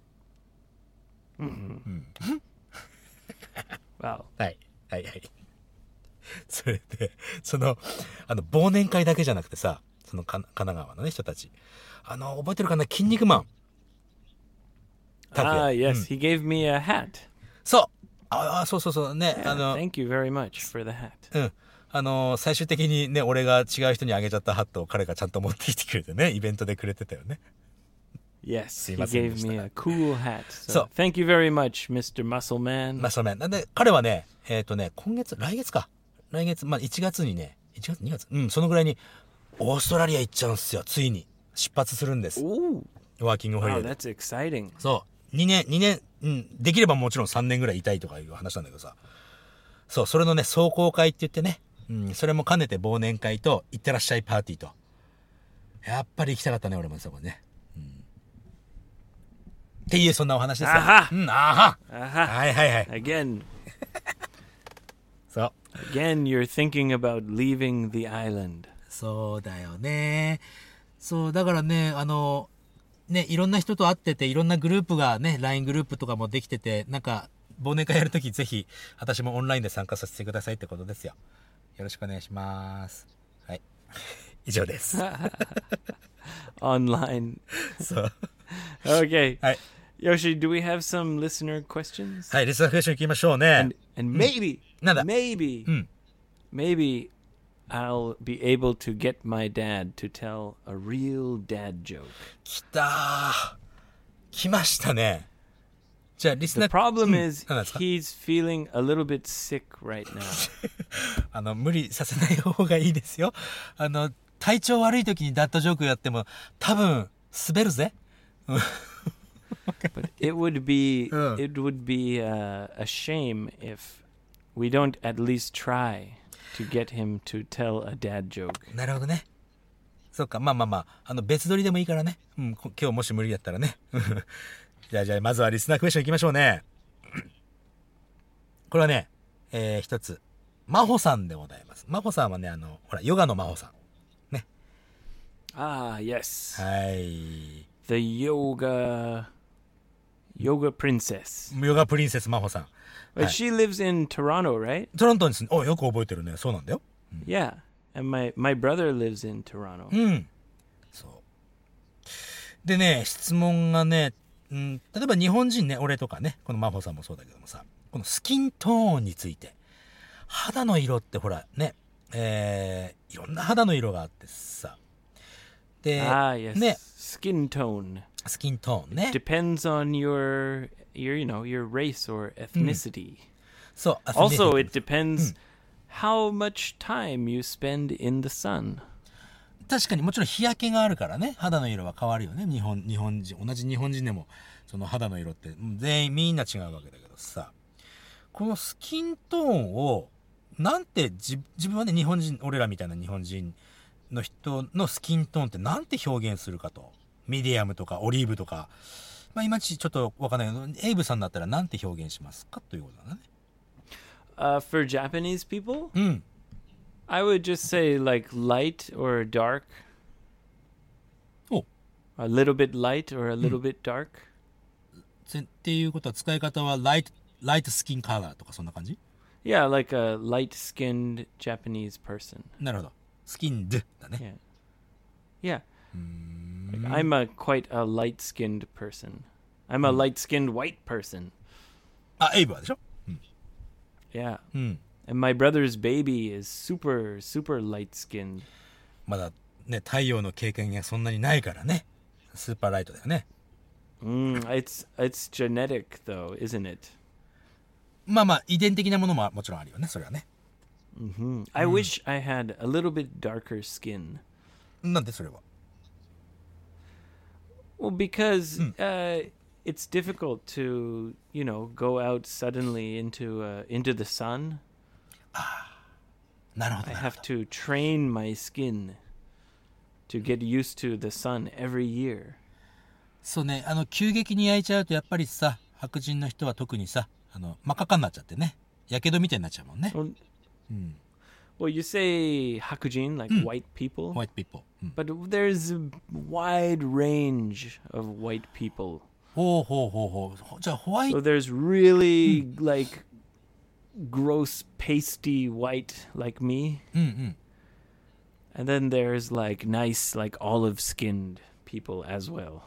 B: Wow.
C: はい。はいはい。 それで、その、あの、忘年会だけじゃなくてさ、そのか神奈川のね、人たち。あの、覚えてるかな筋肉マン。
B: Ah,
C: 也
B: yes, he gave me a hat.
C: そうああ、そうそうそう。ね、あの、
B: Thank you very much for the hat.
C: うん。あの、最終的にね、俺が違う人にあげちゃったハットを彼がちゃんと持ってきてくれてね、イベントでくれてたよね。
B: Yes, he
C: すいませんでした。
B: gave me a cool hat. So,
C: そう。
B: thank you very much, Mr. Muscle Man.
C: まあ、そのねなんで、彼はね、えっ、とね、今月、来月か。来月、まあ、1月にね、1月、2月。うん、そのぐらいに、オーストラリア行っちゃうんすよ、ついに。出発するんです。
B: Ooh,
C: ワーキングホリデ
B: wow,
C: ーで。
B: that's exciting.
C: そう。2年、2年、うん、できればもちろん3年ぐらいいたいとかいう話なんだけどさ。そう、それのね、壮行会って言ってね、うん、それも兼ねて忘年会と、行ってらっしゃいパーティーと。やっぱり行きたかったね、俺もそこね。うん。っていう、そんなお話ですよ
B: あは
C: うん、あは
B: あは
C: はいはいはい。
B: Again,
C: そう。
B: again, you're thinking about leaving the island.
C: そうだよね。そう、だからね、あの、ね、いろんな人と会ってて、いろんなグループがね、LINE グループとかもできてて、なんか、忘年会やるときぜひ、私もオンラインで参加させてくださいってことですよ。よろしくお願いします。はい。 以 上です。
B: Online.
C: そう。
B: Okay.
C: はい。
B: Yoshi, do we have some listener questions?
C: はい、リスナークエッション行きましょうね
B: And,。and maybe,
C: Nada.
B: maybe,
C: Mm.
B: maybe I'll be able to get my dad to tell a real dad joke.
C: 来たー。来ましたね。じゃあ、リスナ
B: The
C: ー、
B: problem is
C: No, Hmm. Oh, that's fine.
B: he's feeling a little bit sick right now.
C: あの、無理させない方がいいですよ。 あの、体調悪い時にダッドジョークやっても、多分、滑るぜ。
B: But it would be
C: Uh.
B: it would be uh, a shame if we don't at least try to get him to tell a dad joke.
C: なるほどね。そっか、まあまあまあ、あの、別撮りでもいいからね。うん、こ今日もし無理だったらね。 じゃあじゃあ、まずはリスナークエスチョン行きましょうね。 これはね、えー、一つ。真帆さんでございます。真帆さんはね、あの、ほら、ヨガの真帆さん。ね。
B: Ah, yes.
C: Uh, はい。
B: The yoga yoga princess.
C: ヨガプリンセス真帆さん。
B: But
C: Hi.
B: She lives in Toronto, right?
C: トロントに住んお、よく覚えてるね。そうなんだよ。
B: Yeah. And my my brother lives in Toronto.
C: うん。そう。でね、質問がね、うん、例えば日本人ね、俺とかね、この真帆さんもそうだけどもさ、このスキントーンについて、肌の色ってほらね、えー、いろんな肌の色があってさ、で、
B: Ah, yes.
C: ね、
B: Skin tone
C: スキントーンね、
B: depends on your your you know your race or
C: Mm.
B: ethnicity.
C: そう、あ
B: Also,
C: ね
B: it depends how much time you spend in the sun.
C: 確かにもちろん日焼けがあるからね肌の色は変わるよね日本日本人同じ日本人でもその肌の色ってうん全員みんな違うわけだけどさこのスキントーンをなんて自自分はね日本人俺らみたいな日本人の人のスキントーンってなんて表現するかとミディアムとかオリーブとかまあいまいちちょっとわかんないけどエイブさんだったらなんて表現しますかということだね
B: Uh, for Japanese people,
C: うん
B: I would just say like light or dark.
C: Oh.
B: A little bit light or a little bit dark.
C: つっていうことは使い方はライトライトスキンカラーとかそんな感じ
B: Yeah, like a light skinned Japanese person.
C: なるほどスキンドゥだね
B: Yeah. Yeah. Like, I'm a quite a light skinned person. I'm a light skinned white person.
C: あ、エイブはでしょ
B: Yeah.
C: うん。
B: And my brother's baby is super, super light skinned.
C: まだね、太陽の経験がそんなにないからね。スーパーライトだよね。
B: Mm, it's it's genetic though, isn't it?
C: まあまあ、遺伝的なものももちろんあるよね、それはね。
B: Hmm. I wish I had a little bit darker skin.
C: なんでそれは
B: Well, because uh, it's difficult to you know go out suddenly into uh, into the sun.
C: なるほど
B: I
C: な。
B: have to train my skin to get used to the sun every year.
C: そうね、あの、急激に焼いちゃうとやっぱりさ、白人の人は特にさ、あの、真っ赤っかになっちゃってね。やけどみたいになっちゃうもんね。
B: Well, well, you say hakujin like white people,
C: ホワイトピッポ。うん
B: but there's a wide range of white people.
C: ほうほうほうほうほ。じゃあ、ホワイ
B: So
C: ト、
B: there's really like gross pasty white like me. And then there's like nice like olive skinned people as well.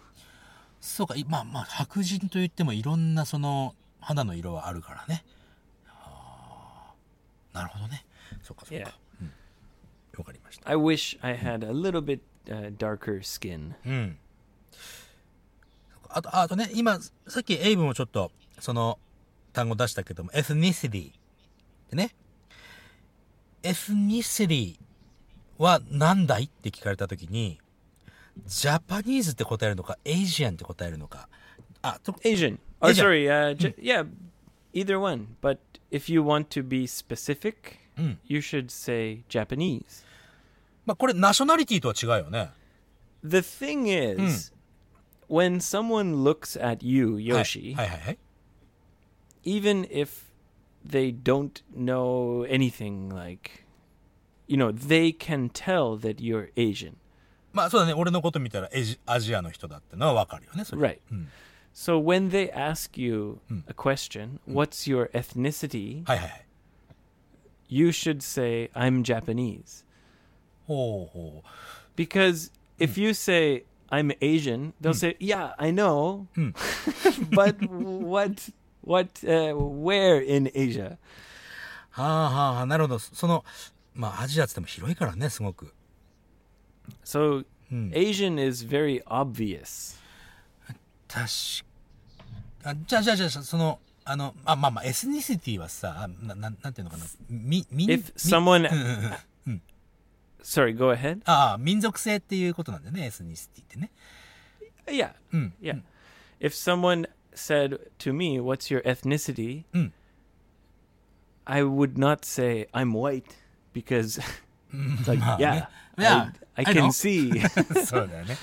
C: そうか、いまあまあ、白人といってもいろんなその、肌の色はあるからね。あーなるほどね。そうか、そうか
B: Yeah.。
C: わかりました。
B: I wish I had a little bit uh, darker skin.
C: あと、あとね、今、さっきエイブもちょっと、その、単語出したけども、エスニシティってね、エスニシティは何だいって聞かれたときに、ジャパニーズって答えるのか、エイジアンって答えるのか、あ、と
B: Asian. Oh,
C: Asian.
B: sorry. Uh, j- yeah, either one. But if you want to be specific, you should say Japanese.
C: まあ、これ、ナショナリティとは違うよね。
B: The thing is, when someone looks at you, Yoshi,
C: はい、はいはいはい。
B: even if they don't know anything, like, you know, they can tell that you're Asian.
C: まあ、そうだね、俺のこと見たらエジ、アジアの人だってのはわかるよね、それ。
B: Right. So when they ask you a question, what's your ethnicity?
C: はいはいはい。
B: You should say, I'm Japanese.
C: ほうほう。
B: Because if you say, I'm Asian, they'll say, yeah, I know. but what, what, uh, where in Asia?
C: はあはあはあ、なるほど。そその、まあ、アジアって言っても広いからね、すごく。
B: So Asian is very obvious.
C: 確かあじゃあじゃあじゃあそのあのあまあまあエスニシティはさあななんなんていうのかなみみん
B: If
C: み
B: someone. Mm. Sorry, go ahead.
C: ああ民族性っていうことなんだよねエスニシティっ てね
B: Uh, Yeah. Yeah. Mm, If someone said to me, What's your ethnicity?
C: Mm.
B: I would not say, I'm white, because. it's like, Mm. yeah.
C: Yeah,
B: I, I
C: I
B: can
C: know.
B: see.
C: そうだよね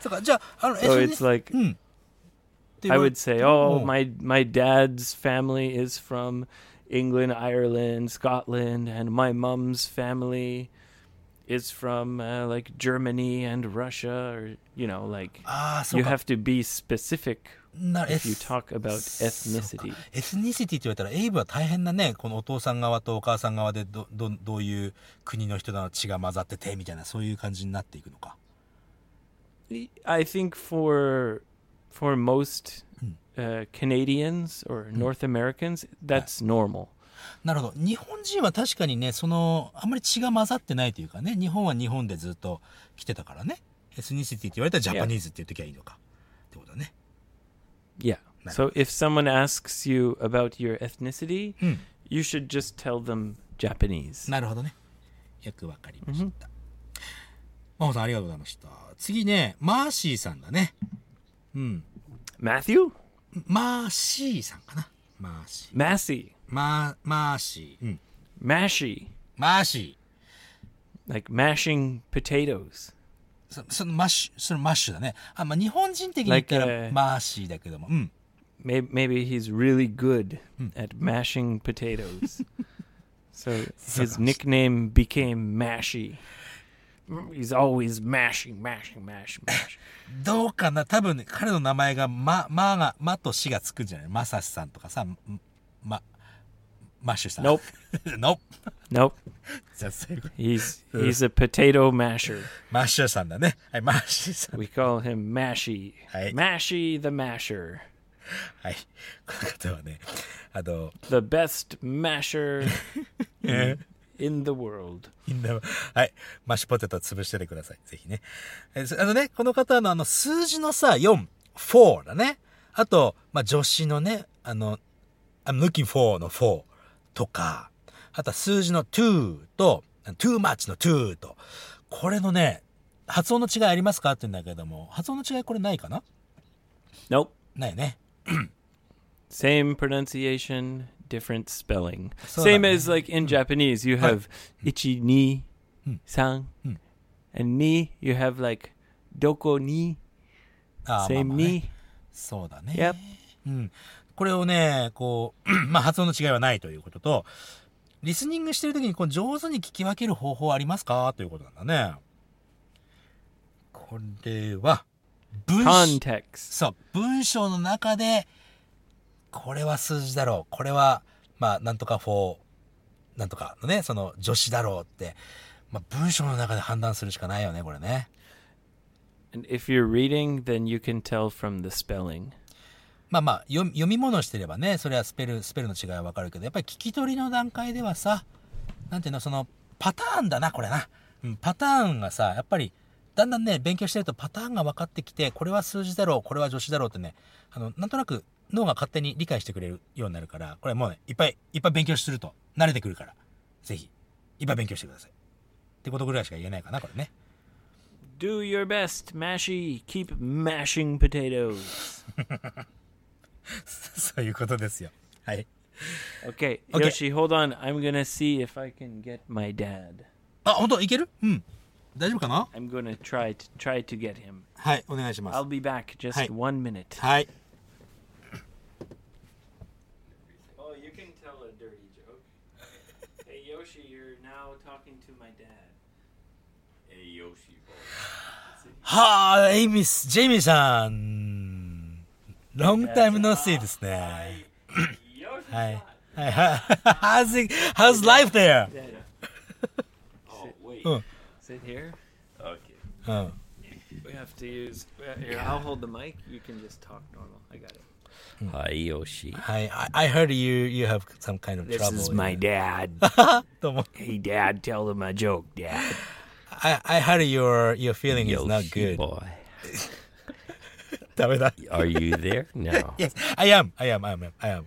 C: そうかじゃああのエ
B: so
C: スニ
B: it's
C: シティ
B: like
C: って言
B: I
C: われ
B: would say, oh,
C: Oh.
B: my my dad's family is from England, Ireland, Scotland, and my mom's family is from uh, like Germany and Russia, or you know, like
C: ああ、そう
B: you
C: か。
B: have to be specific
C: な
B: if you
C: エス
B: talk about
C: そう
B: ethnicity.
C: かエスニシティって言われたらエイブは大変だねこのお父さん側とお母さん側でどどどういう国の人の血が混ざっててみたいなそういう感じになっていくのか
B: I think for for most uh, Canadians or North Americans, that's normal.
C: なるほど日本人は確かにねそのあんまり血が混ざってないというかね日本は日本でずっと来てたからねエスニシティって言われたらジャパニーズって言うときゃいいのかってことだね
B: Yeah. Hmm. So if someone asks you about your ethnicity, you should just tell them Japanese.
C: なるほどねよくわかりました真帆さんありがとうございました次ねマーシーさんだね
B: Matthew?
C: マーシーさんかなマーシー
B: Massey.
C: マーマーシー、うん、
B: Mashy.
C: マーシー
B: Like mashing potatoes.
C: そそのマッシュ、そのマッシュだね。あ、まあ、日本人的に言ったら
B: Like, uh,
C: マーシーだけども。うん。
B: Maybe, maybe he's really good at mashing potatoes. so his nickname became Mashy. He's always mashing, mashing, mashing, mashing.
C: どうかな多分ね、彼の名前が、ま、まが、まとしがつくんじゃないマサシさんとかさ、んま、マッシュさん。
B: Nope.
C: ノ p
B: nope.
C: じゃあ最後、
B: He's he's a potato masher.
C: マッシュさんだね。はい、マーシーさん。
B: We call him Mashy.
C: Hey.
B: Mashy the masher.
C: はい。この方はね、あの、
B: The best masher in, in the world.
C: みんな、はい。マッシュポテト潰しててください。ぜひね。えそあのね、この方のあの数字のさ、4、4だね。あと、まあ、助詞のね、あの、I'm looking for の4とか、あとは数字の2と、too much の2と、これのね、発音の違いありますかって言うんだけども、発音の違いこれないかな
B: Nope.
C: ないよね。
B: Same pronunciation, different spelling.
C: So
B: Same
C: that- Hmm.
B: as like in Japanese, you have ichi ni san,
C: Hmm.
B: and ni you have like doko ni,
C: あー
B: same
C: まあまあね
B: ni.
C: そうだね。
B: Yep.
C: うん。これをね、こう、 まあ発音の違いはないということと、リスニングしてるときにこう上手に聞き分ける方法ありますかということなんだね。これは、文章、
B: Context.
C: そう、文章の中で、これは数字だろう、これは、まあ、なんとか4、なんとかのね、その助詞だろうって、まあ文章の中で判断するしかないよね、これね。
B: And if you're reading, then you can tell from the spelling.
C: まあまあ読み読み物してればねそれはスペルスペルの違いはわかるけどやっぱり聞き取りの段階ではさなんていうのそのパターンだなこれな、うん、パターンがさやっぱりだんだんね勉強してるとパターンが分かってきてこれは数字だろうこれは助詞だろうってねあのなんとなく脳が勝手に理解してくれるようになるからこれもうねいっぱいいっぱい勉強すると慣れてくるからぜひいっぱい勉強してくださいってことぐらいしか言えないかなこれね
B: Do your best, mashy. Keep mashing potatoes.
C: そういうことですよはい
B: Okay,
C: Okay.
B: Yoshi, hold on. I'm gonna see if I can get my dad.
C: あ本当いけるうん大丈夫かな
B: I'm gonna try to try to get him.
C: はいお願いします
B: I'll be back just
C: Hi.
B: one minute.
C: はい。
B: Oh, you can tell a dirty joke. hey Yoshi, you're now talking to my dad. Hey Yoshi.
C: はあ、エイミス、ジェイミーさん。ロングタイムのせいですね。
B: Yoshi.
C: はい。はい、はい。how's, it, how's life there?
B: Oh wait.
C: Oh.
B: Sit here. Okay.
C: うん。
B: We have to use. uh, Here, I'll hold the mic. You can just talk normal. I got it.
D: Hi, Yoshi.
C: はい。I, I heard you, you have some kind of trouble.
B: dad.
C: どうも。
B: hey, Dad, tell them a joke, Dad.
C: I, I heard your, your feeling is not good.
D: Yoshi boy.
C: ダメだ。
D: Are you there? No.
C: Yes, I am, I am, I am, I am.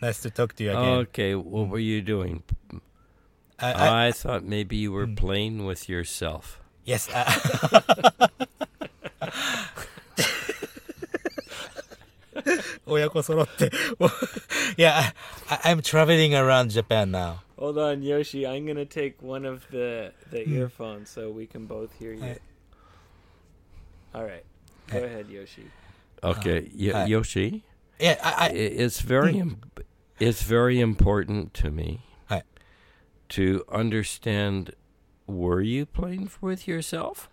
C: Nice to talk to you again.
D: Okay, what were you doing?
C: I, I, Hmm.
D: I thought maybe you were playing with yourself.
C: Yes. uh, I-親子揃 って。いや、I, I'm traveling around Japan now.
B: Hold on, Yoshi. I'm gonna take one of the the earphones so we can both hear you.
C: Hmm. Hey.
B: All right, go ahead, Yoshi.
D: Okay, Yo-
C: Uh, hi.
D: Yoshi,
C: Yeah,
D: i-
C: I, I,
D: it's very, im- it's very important to me
C: Hi.
D: to understand were you playing f- with yourself?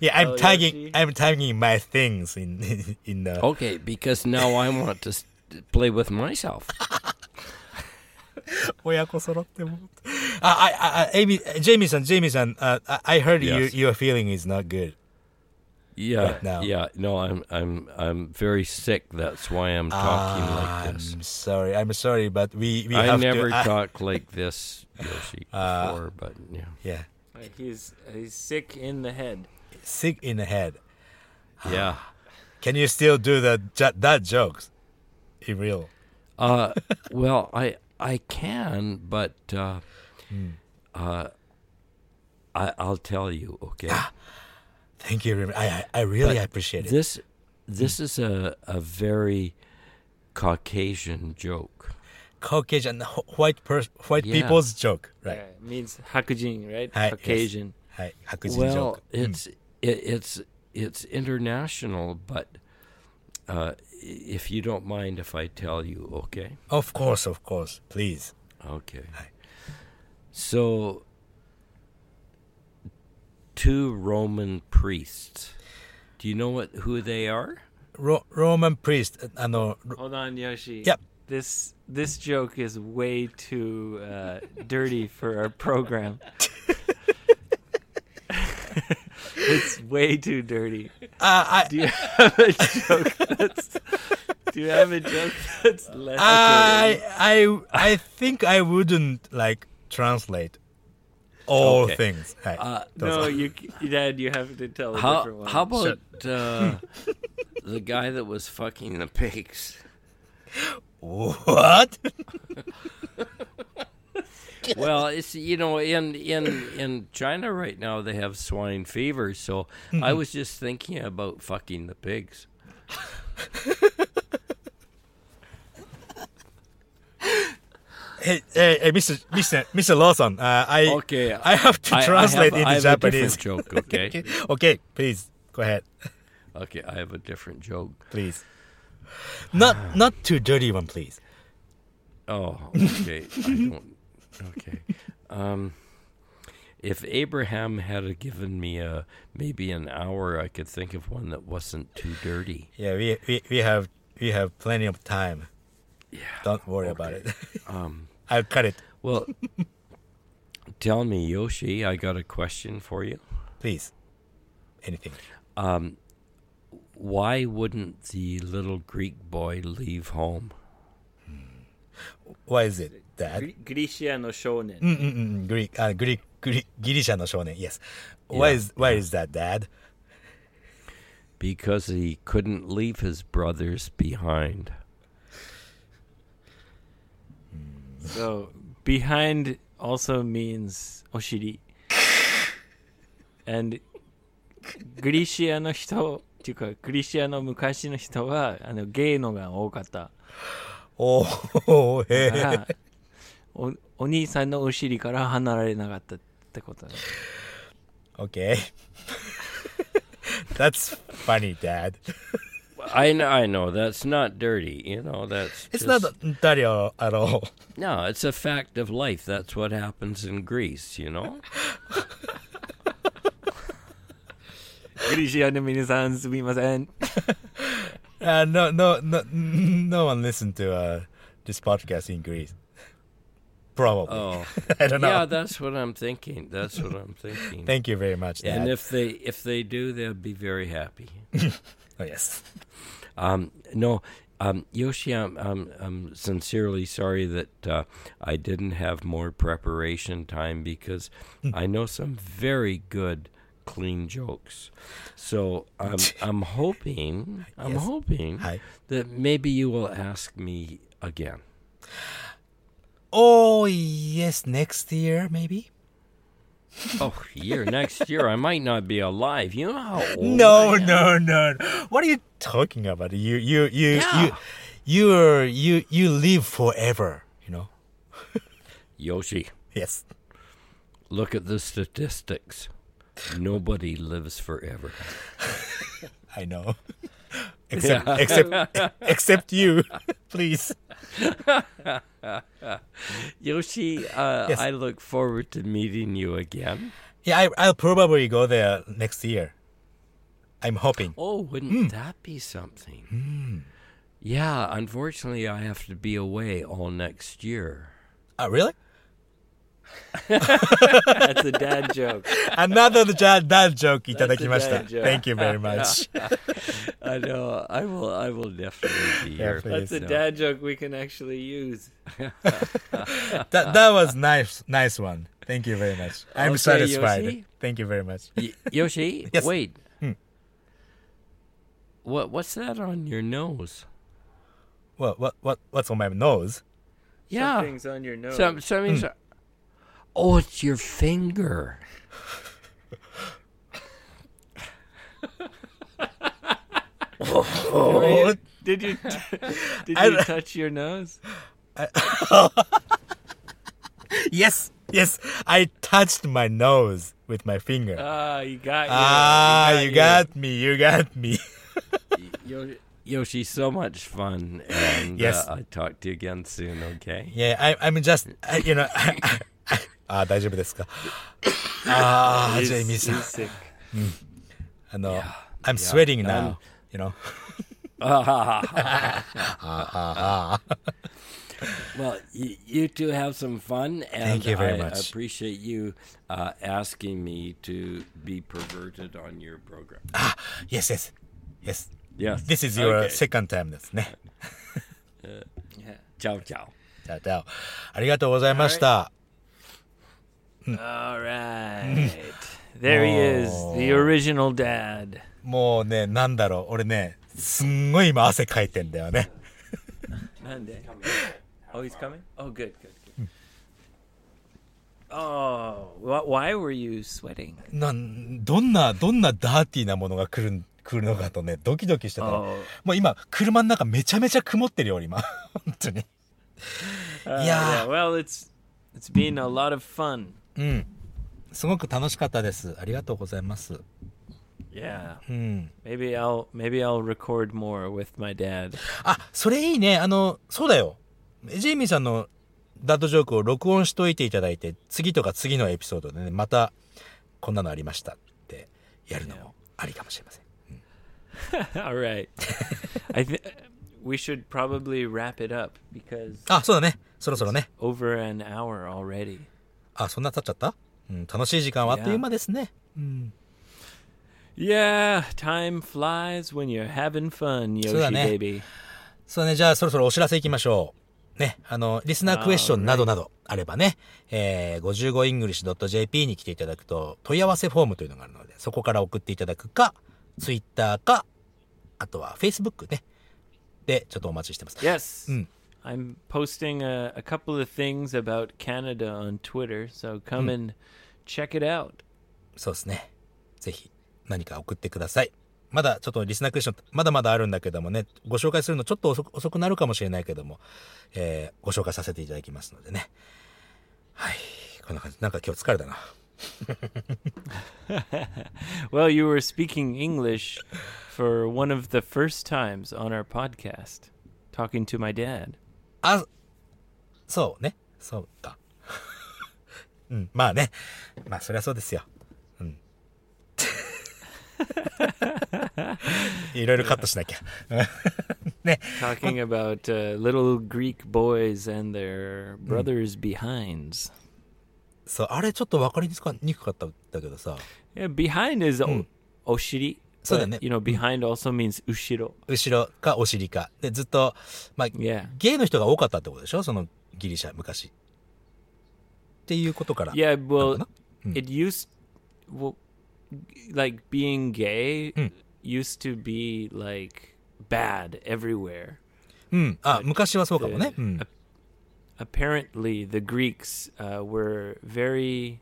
C: Yeah, I'm
B: Oh,
C: tagging.
B: Yoshi.
C: I'm tagging my things in in the.
D: Okay, because now I want to s- play with myself.
C: 親子揃っても。Uh, あ、あ、あ、エミ、ジェイミーさん、ジェイミーさん、あ、あ uh, I heard you,
D: Yes.
C: your feeling is not good.
D: Yeah,
C: Right now.
D: yeah. No, I'm I'm I'm very sick. That's why I'm talking like
C: Ah, I'm
D: this.
C: sorry. I'm sorry, but we we
D: I
C: have
D: never
C: to. ah, I- Uh,
D: talked like this, Yoshi, before, but yeah.
C: yeah,
B: He's he's sick in the head.
C: sick in the head.
D: Yeah.
C: Can you still do the ju- that jokes? In real.
D: Uh, well, I I can, but uh, uh,
C: Hmm.
D: I I'll tell you, okay.
C: Thank you. Remy. I I, I really
D: But
C: appreciate Ah, it. Hmm.
D: This this is a a very Caucasian joke.
C: Caucasian wh- white pers- white
D: Yeah.
C: people's joke,
B: Yeah,
C: right?
B: it means Hakujin, right?
C: Hi, yes.
B: Caucasian.
C: Hi, Hakushin
D: Well,
C: joke. Hmm.
D: it's it, it's it's international, but uh, if you don't mind, if I tell you, okay,
C: Of course, of course. Please.
D: okay.
C: Hi.
D: So, two Roman priests. Do you know what who they are?
C: Ro- Roman priest. uh, あの、ろ
B: Hold on, Yoshi.
C: Yep.
B: This this joke is way too uh, dirty for our program. it's way too dirty.
C: Ah, I
B: Do you have a joke that's Do you have a joke that's less
C: I I I think I wouldn't like translate all
D: Okay.
C: things. はい。
D: Uh,
C: どうぞ
B: No, you Dad, you have to tell a different
D: How
B: one.
D: how about uh, the guy that was fucking the pigs?
C: What?
D: Well, it's you know in in in China right now they have swine fever, so I was just thinking about fucking the pigs.
C: Hey, hey, hey, Mr. Mr. Mr. Lawson, uh, I
D: Okay,
C: I have to
D: I- I have-
C: translate
D: I
C: into
D: have a
C: Japanese.
D: different joke, okay?
C: okay, please go ahead,
D: okay, I have a different joke.
C: please. Not not too dirty one, please.
D: Oh, okay. I don't. Okay. Um, if Abraham had given me a maybe an hour, I could think of one that wasn't too dirty.
C: Yeah, we we, we have we have plenty of time.
D: Yeah.
C: Don't worry about
D: Okay.
C: it.
D: Um.
C: I'll cut it,
D: Well, tell me, Yoshi. I got a question for you.
C: please. Anything.
D: Um, why wouldn't the little Greek boy leave home?
C: Why is it that? Mm,
B: Grisha no shonen?
C: うんうんうん、グリ、あ、グリ、グリ、ギリシャの少年、yes. Why is, why is that, dad?
D: Because he couldn't leave his brothers behind.
B: So behind also means oshiri. And グリシアの人っていうかグリシアの昔の人はあのゲイのが多かった
C: お ー、へ
B: か
C: ー
D: Ah.
B: らおお兄さんのお尻から離れなかったってことだ
C: Okay. That's funny, dad.
D: I know, I know. That's not dirty. You know, that's
C: It's
D: just-
C: not dirty at all.
D: No, it's a fact of life. That's what happens in Greece, you know?
B: グリシアの皆さんすみません
C: Uh, no, no, no, no one listened to uh, this podcast in Greece. Probably.
D: Oh.
C: I don't know.
D: Yeah, that's what I'm thinking. That's what I'm thinking.
C: Thank you very much, dad.
D: and if they if they do, they'll be very happy.
C: oh, yes.
D: Um, no, um, Yoshi, I'm, I'm, I'm sincerely sorry that uh, I didn't have more preparation time because
C: Hmm.
D: I know some very good clean jokes. So I'm, I'm hoping, I'm
C: Yes.
D: hoping
C: Hi.
D: that maybe you will ask me again.
C: Oh, yes, next year, maybe?
D: Oh, year next year I might not be alive. You know how old
C: No,
D: I am?
C: no, no. What are you talking about? You, you, you,
D: Yeah.
C: you, you're, you, you live forever. You know.
D: Yoshi,
C: Yes.
D: look at the statistics. Nobody lives forever.
C: I know. except, except, except you. Please.
D: Yoshi, uh,
C: Yes.
D: I look forward to meeting you again.
C: Yeah, I, I'll probably go there next year. I'm hoping.
D: Oh, wouldn't
C: Hmm.
D: that be something? Yeah, unfortunately, I have to be away all next year.
C: Oh, really?
B: That's a dad joke.
C: Another ja- dad joke いただきました。
B: That's a dad joke.
C: Thank you very much.
D: I know. I will. I will definitely be
C: Yeah,
D: here.
C: please.
B: That's a dad joke we can actually use.
C: that, that was nice, nice one. Thank you very much. I'm
D: Okay,
C: satisfied.
D: Yoshi.
C: Thank you very much.
D: Y- Yoshi,
C: Yes. Hmm.
D: wait. What? What's that on your nose?
C: What, what, what, what's on my nose?
D: Yeah.
B: Something's on your nose.
D: Some, something's.
C: Hmm.
D: Oh, it's your finger.
C: Oh,
B: Did you did
C: I-
B: you touch your nose?
C: Oh, yes, yes. I touched my nose with my finger.
B: Ah, you got
C: ah, you got me. You got me.
D: Yo- Yoshi, so much fun, and
C: Yes.
D: uh, I talk to you again soon. Okay.
C: Yeah, I, I'm just, I, you know,あ大丈夫ですか。ああ、ジェイミーさん。
B: sick.
C: あの、I'm sweating now, you know.
D: Well, you, you two have some fun, and
C: Thank you very
D: I
C: much.
D: appreciate you uh, asking me to be perverted on your program.
C: Yes, yes, yes.
D: Yes.
C: This is your
D: Okay.
C: second time ですね。
D: Ciao, ciao.
C: じゃあ、じゃあ、ありがとうございました。
B: All right. There he is, the original dad.
C: もうね、なんだろう、俺ね、すんごい今汗かいてんだよね。
B: Monday. Oh, he's coming? Oh, good, good, good. Oh, wh- why were you sweating?
C: なん、どんな、どんなダーティーなものが来るん、来るのかとね、ドキドキしてたの。
B: Oh,
C: もう今、車の中めちゃめちゃ曇ってるよ、俺今。 本当に。
B: uh,
C: Yeah.
B: Well, it's it's been a lot of fun.
C: うん。すごく楽しかったです。ありがとうございます。
B: Yeah.
C: うん。
B: Maybe I'll maybe I'll record more with my dad.
C: あ、それいいね。あの、そうだよ。ジェイミーさんのダットジョークを録音しといていただいて、次とか次のエピソードでね、また、こんなのありましたって、やるのもありかもしれません。
B: All right. I th- we should probably wrap it up because
C: あ、そうだね。そろそろね。
B: over an hour already.
C: あ、そんな経っちゃったうん、楽しい時間はあっという間ですね。
B: Yeah, time flies when you're having fun, Yoshi
C: そうだね。
B: baby.
C: そうだね。じゃあ、そろそろお知らせいきましょう。ね。あの、リスナークエスチョンなどなどあればね、えー、55english.jp に来ていただくと、問い合わせフォームというのがあるので、そこから送っていただくか、Twitter か、あとは Facebook ね。で、ちょっとお待ちしてます。
B: Yes.
C: Mm.
B: I'm posting a, a couple of things about Canada on Twitter, so come and check it out.
C: そうですね。ぜひ、何か送ってください。まだちょっとリスナークエスチョン、まだまだあるんだけどもね、ご紹介するのちょっと遅く遅くなるかもしれないけども、えー、ご紹介させていただきますのでね。はい。こんな感じ。なんか今日疲れたな。
B: Well, you were speaking English for one of the first times on our podcast, talking to my dad.
C: あ、そうね。そうか。 うん、まあね。まあ、そりゃそうですよ。 うん。いろいろカットしなきゃ。 ね。
B: Talking about uh, little Greek boys and their brothers' behinds.
C: そう、あれちょっと分かりにくかったんだけどさ、
B: Yeah, behind is o- oshiri.
C: So
B: but,
C: then
B: Hmm.
C: it-
B: you know, behind also means ushiro.
C: 後ろかお尻か。で、ずっと、まあ、
B: Yeah.
C: ゲイの人が多かったってことでしょそのギリシャ、昔。っていうことから。
B: Yeah, well,
C: なのかなうん
B: it used, well, g- like being gay
C: Mm.
B: used to be like bad everywhere.
C: うん。あ、昔はそうかもね。
B: で
C: うん。
B: Apparently, the Greeks uh, were very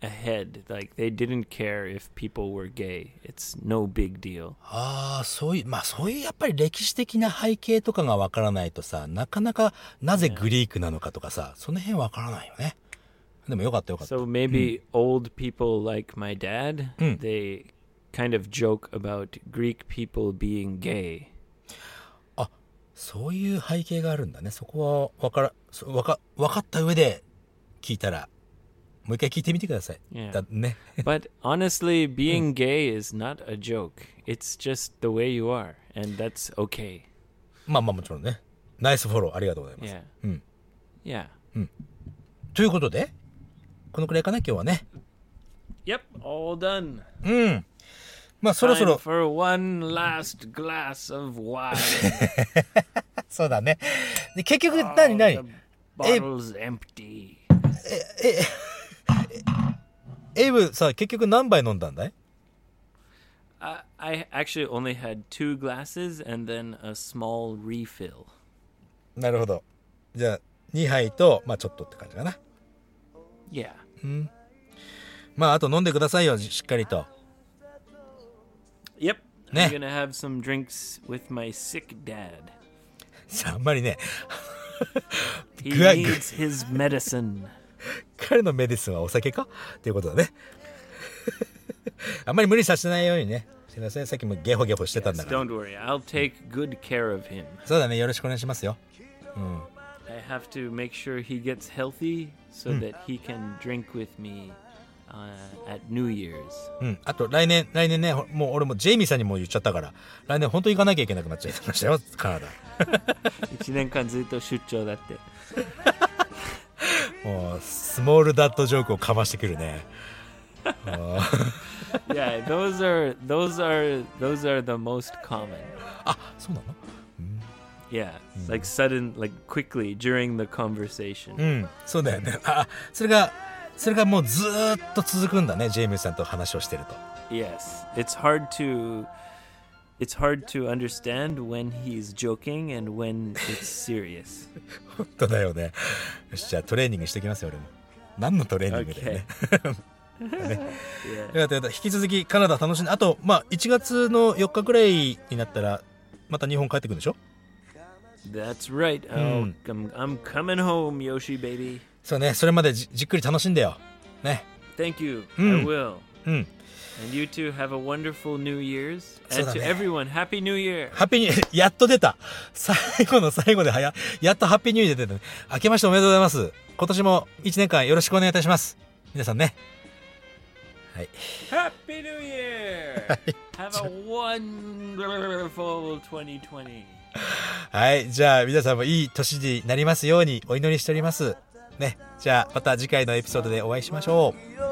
B: ahead. Like they didn't care if people were gay. It's no big deal.
C: ああ、そういう、まあそういうやっぱり歴史的な背景とかがわからないとさ、なかなかなぜグリークなのかとかさ、その辺わからないよね。でもよかったよかった。
B: So maybe old people like my dad,
C: Mm.
B: they kind of joke about Greek people being gay.
C: そういう背景があるんだね。そこは分から、そ分か、分かった上で聞いたら、もう一回聞いてみてください。
B: Yeah.
C: だね。
B: But honestly, being gay is not a joke. It's just the way you are, and that's okay.
C: まあまあもちろんね。ナイスフォローありがとうございます。
B: Yeah.
C: Hmm.
B: Yeah.
C: ということで、このくらいかな、今日はね。
B: Yep, all done.
C: うん。まあそろそ
B: Time
C: ろ、
B: for one last glass of wine.
C: そうだね。で結局
B: Oh,
C: 何何
B: the bottle's empty.
C: エイブさ、結局何杯飲んだんだい
B: I, I actually only had two glasses and then a small refill.
C: なるほど。じゃあ、2杯と、まあちょっとって感じかな。
B: Yeah.
C: まああと飲んでくださいよ、しっかりと。
B: Yep.
C: Nah.
B: I'm gonna have some drinks with my sick dad.
C: さあ、あんまりね、
B: He
C: Good.
B: needs his medicine.
C: 彼のメディスンはお酒かっていうことだね。 あんまり無理させないようにね。すいません、さっきもゲホゲホしてたんだ
B: So
C: から。
B: Don't worry, I'll take good care of him.
C: そうだね、よろしくお願いしますよ。
B: I have to make sure he gets healthy so that he can drink with me uh, at New Year's.
C: うん。あと、来年、来年ね、ほもう俺もジェイミーさんにも言っちゃったから、来年本当行かなきゃいけなくなっちゃいましたよ、カナダ。
B: 一年間ずっと出張だって。
C: もう、スモールダットジョークをかましてくるね。
B: Yeah, those are those are those are the most common.
C: あ、そうなの
B: Yeah, like sudden, like quickly during the conversation.
C: うん、そうだよね。あ、それが、それがもうずーっと続くんだね、ジェイミーさんと話をしてると。
B: Yes, it's hard to it's hard to understand when he's joking and when it's serious.
C: 本当だよね。よし、じゃあトレーニングしてきますよ、俺も。何のトレーニングだよね。
B: Yeah.
C: よかったよかった引き続きカナダ楽しんで、あと、まあ、1月の4日くらいになったら、また日本帰ってくるんでしょ
B: That's right. Oh, I'm, I'm coming home, Yoshi baby.
C: そうね、それまでじじっくり楽しんでよ。ね。
B: Thank you. I
C: Mm.
B: will.
C: うん。
B: And you two have a wonderful New Year's. And to
C: そうだね。
B: everyone, Happy New Year.
C: ハッピーニュー、 やっと出た。最後の最後で早、やっとハッピーニューイヤー出てたね。明けましておめでとうございます。今年も1年間よろしくお願いいたします。皆さんね。はい。
B: Happy New Year. have a wonderful 2020.
C: はい。じゃあ、皆さんもいい年になりますようにお祈りしております。ね。じゃあ、また次回のエピソードでお会いしましょう。
A: Yo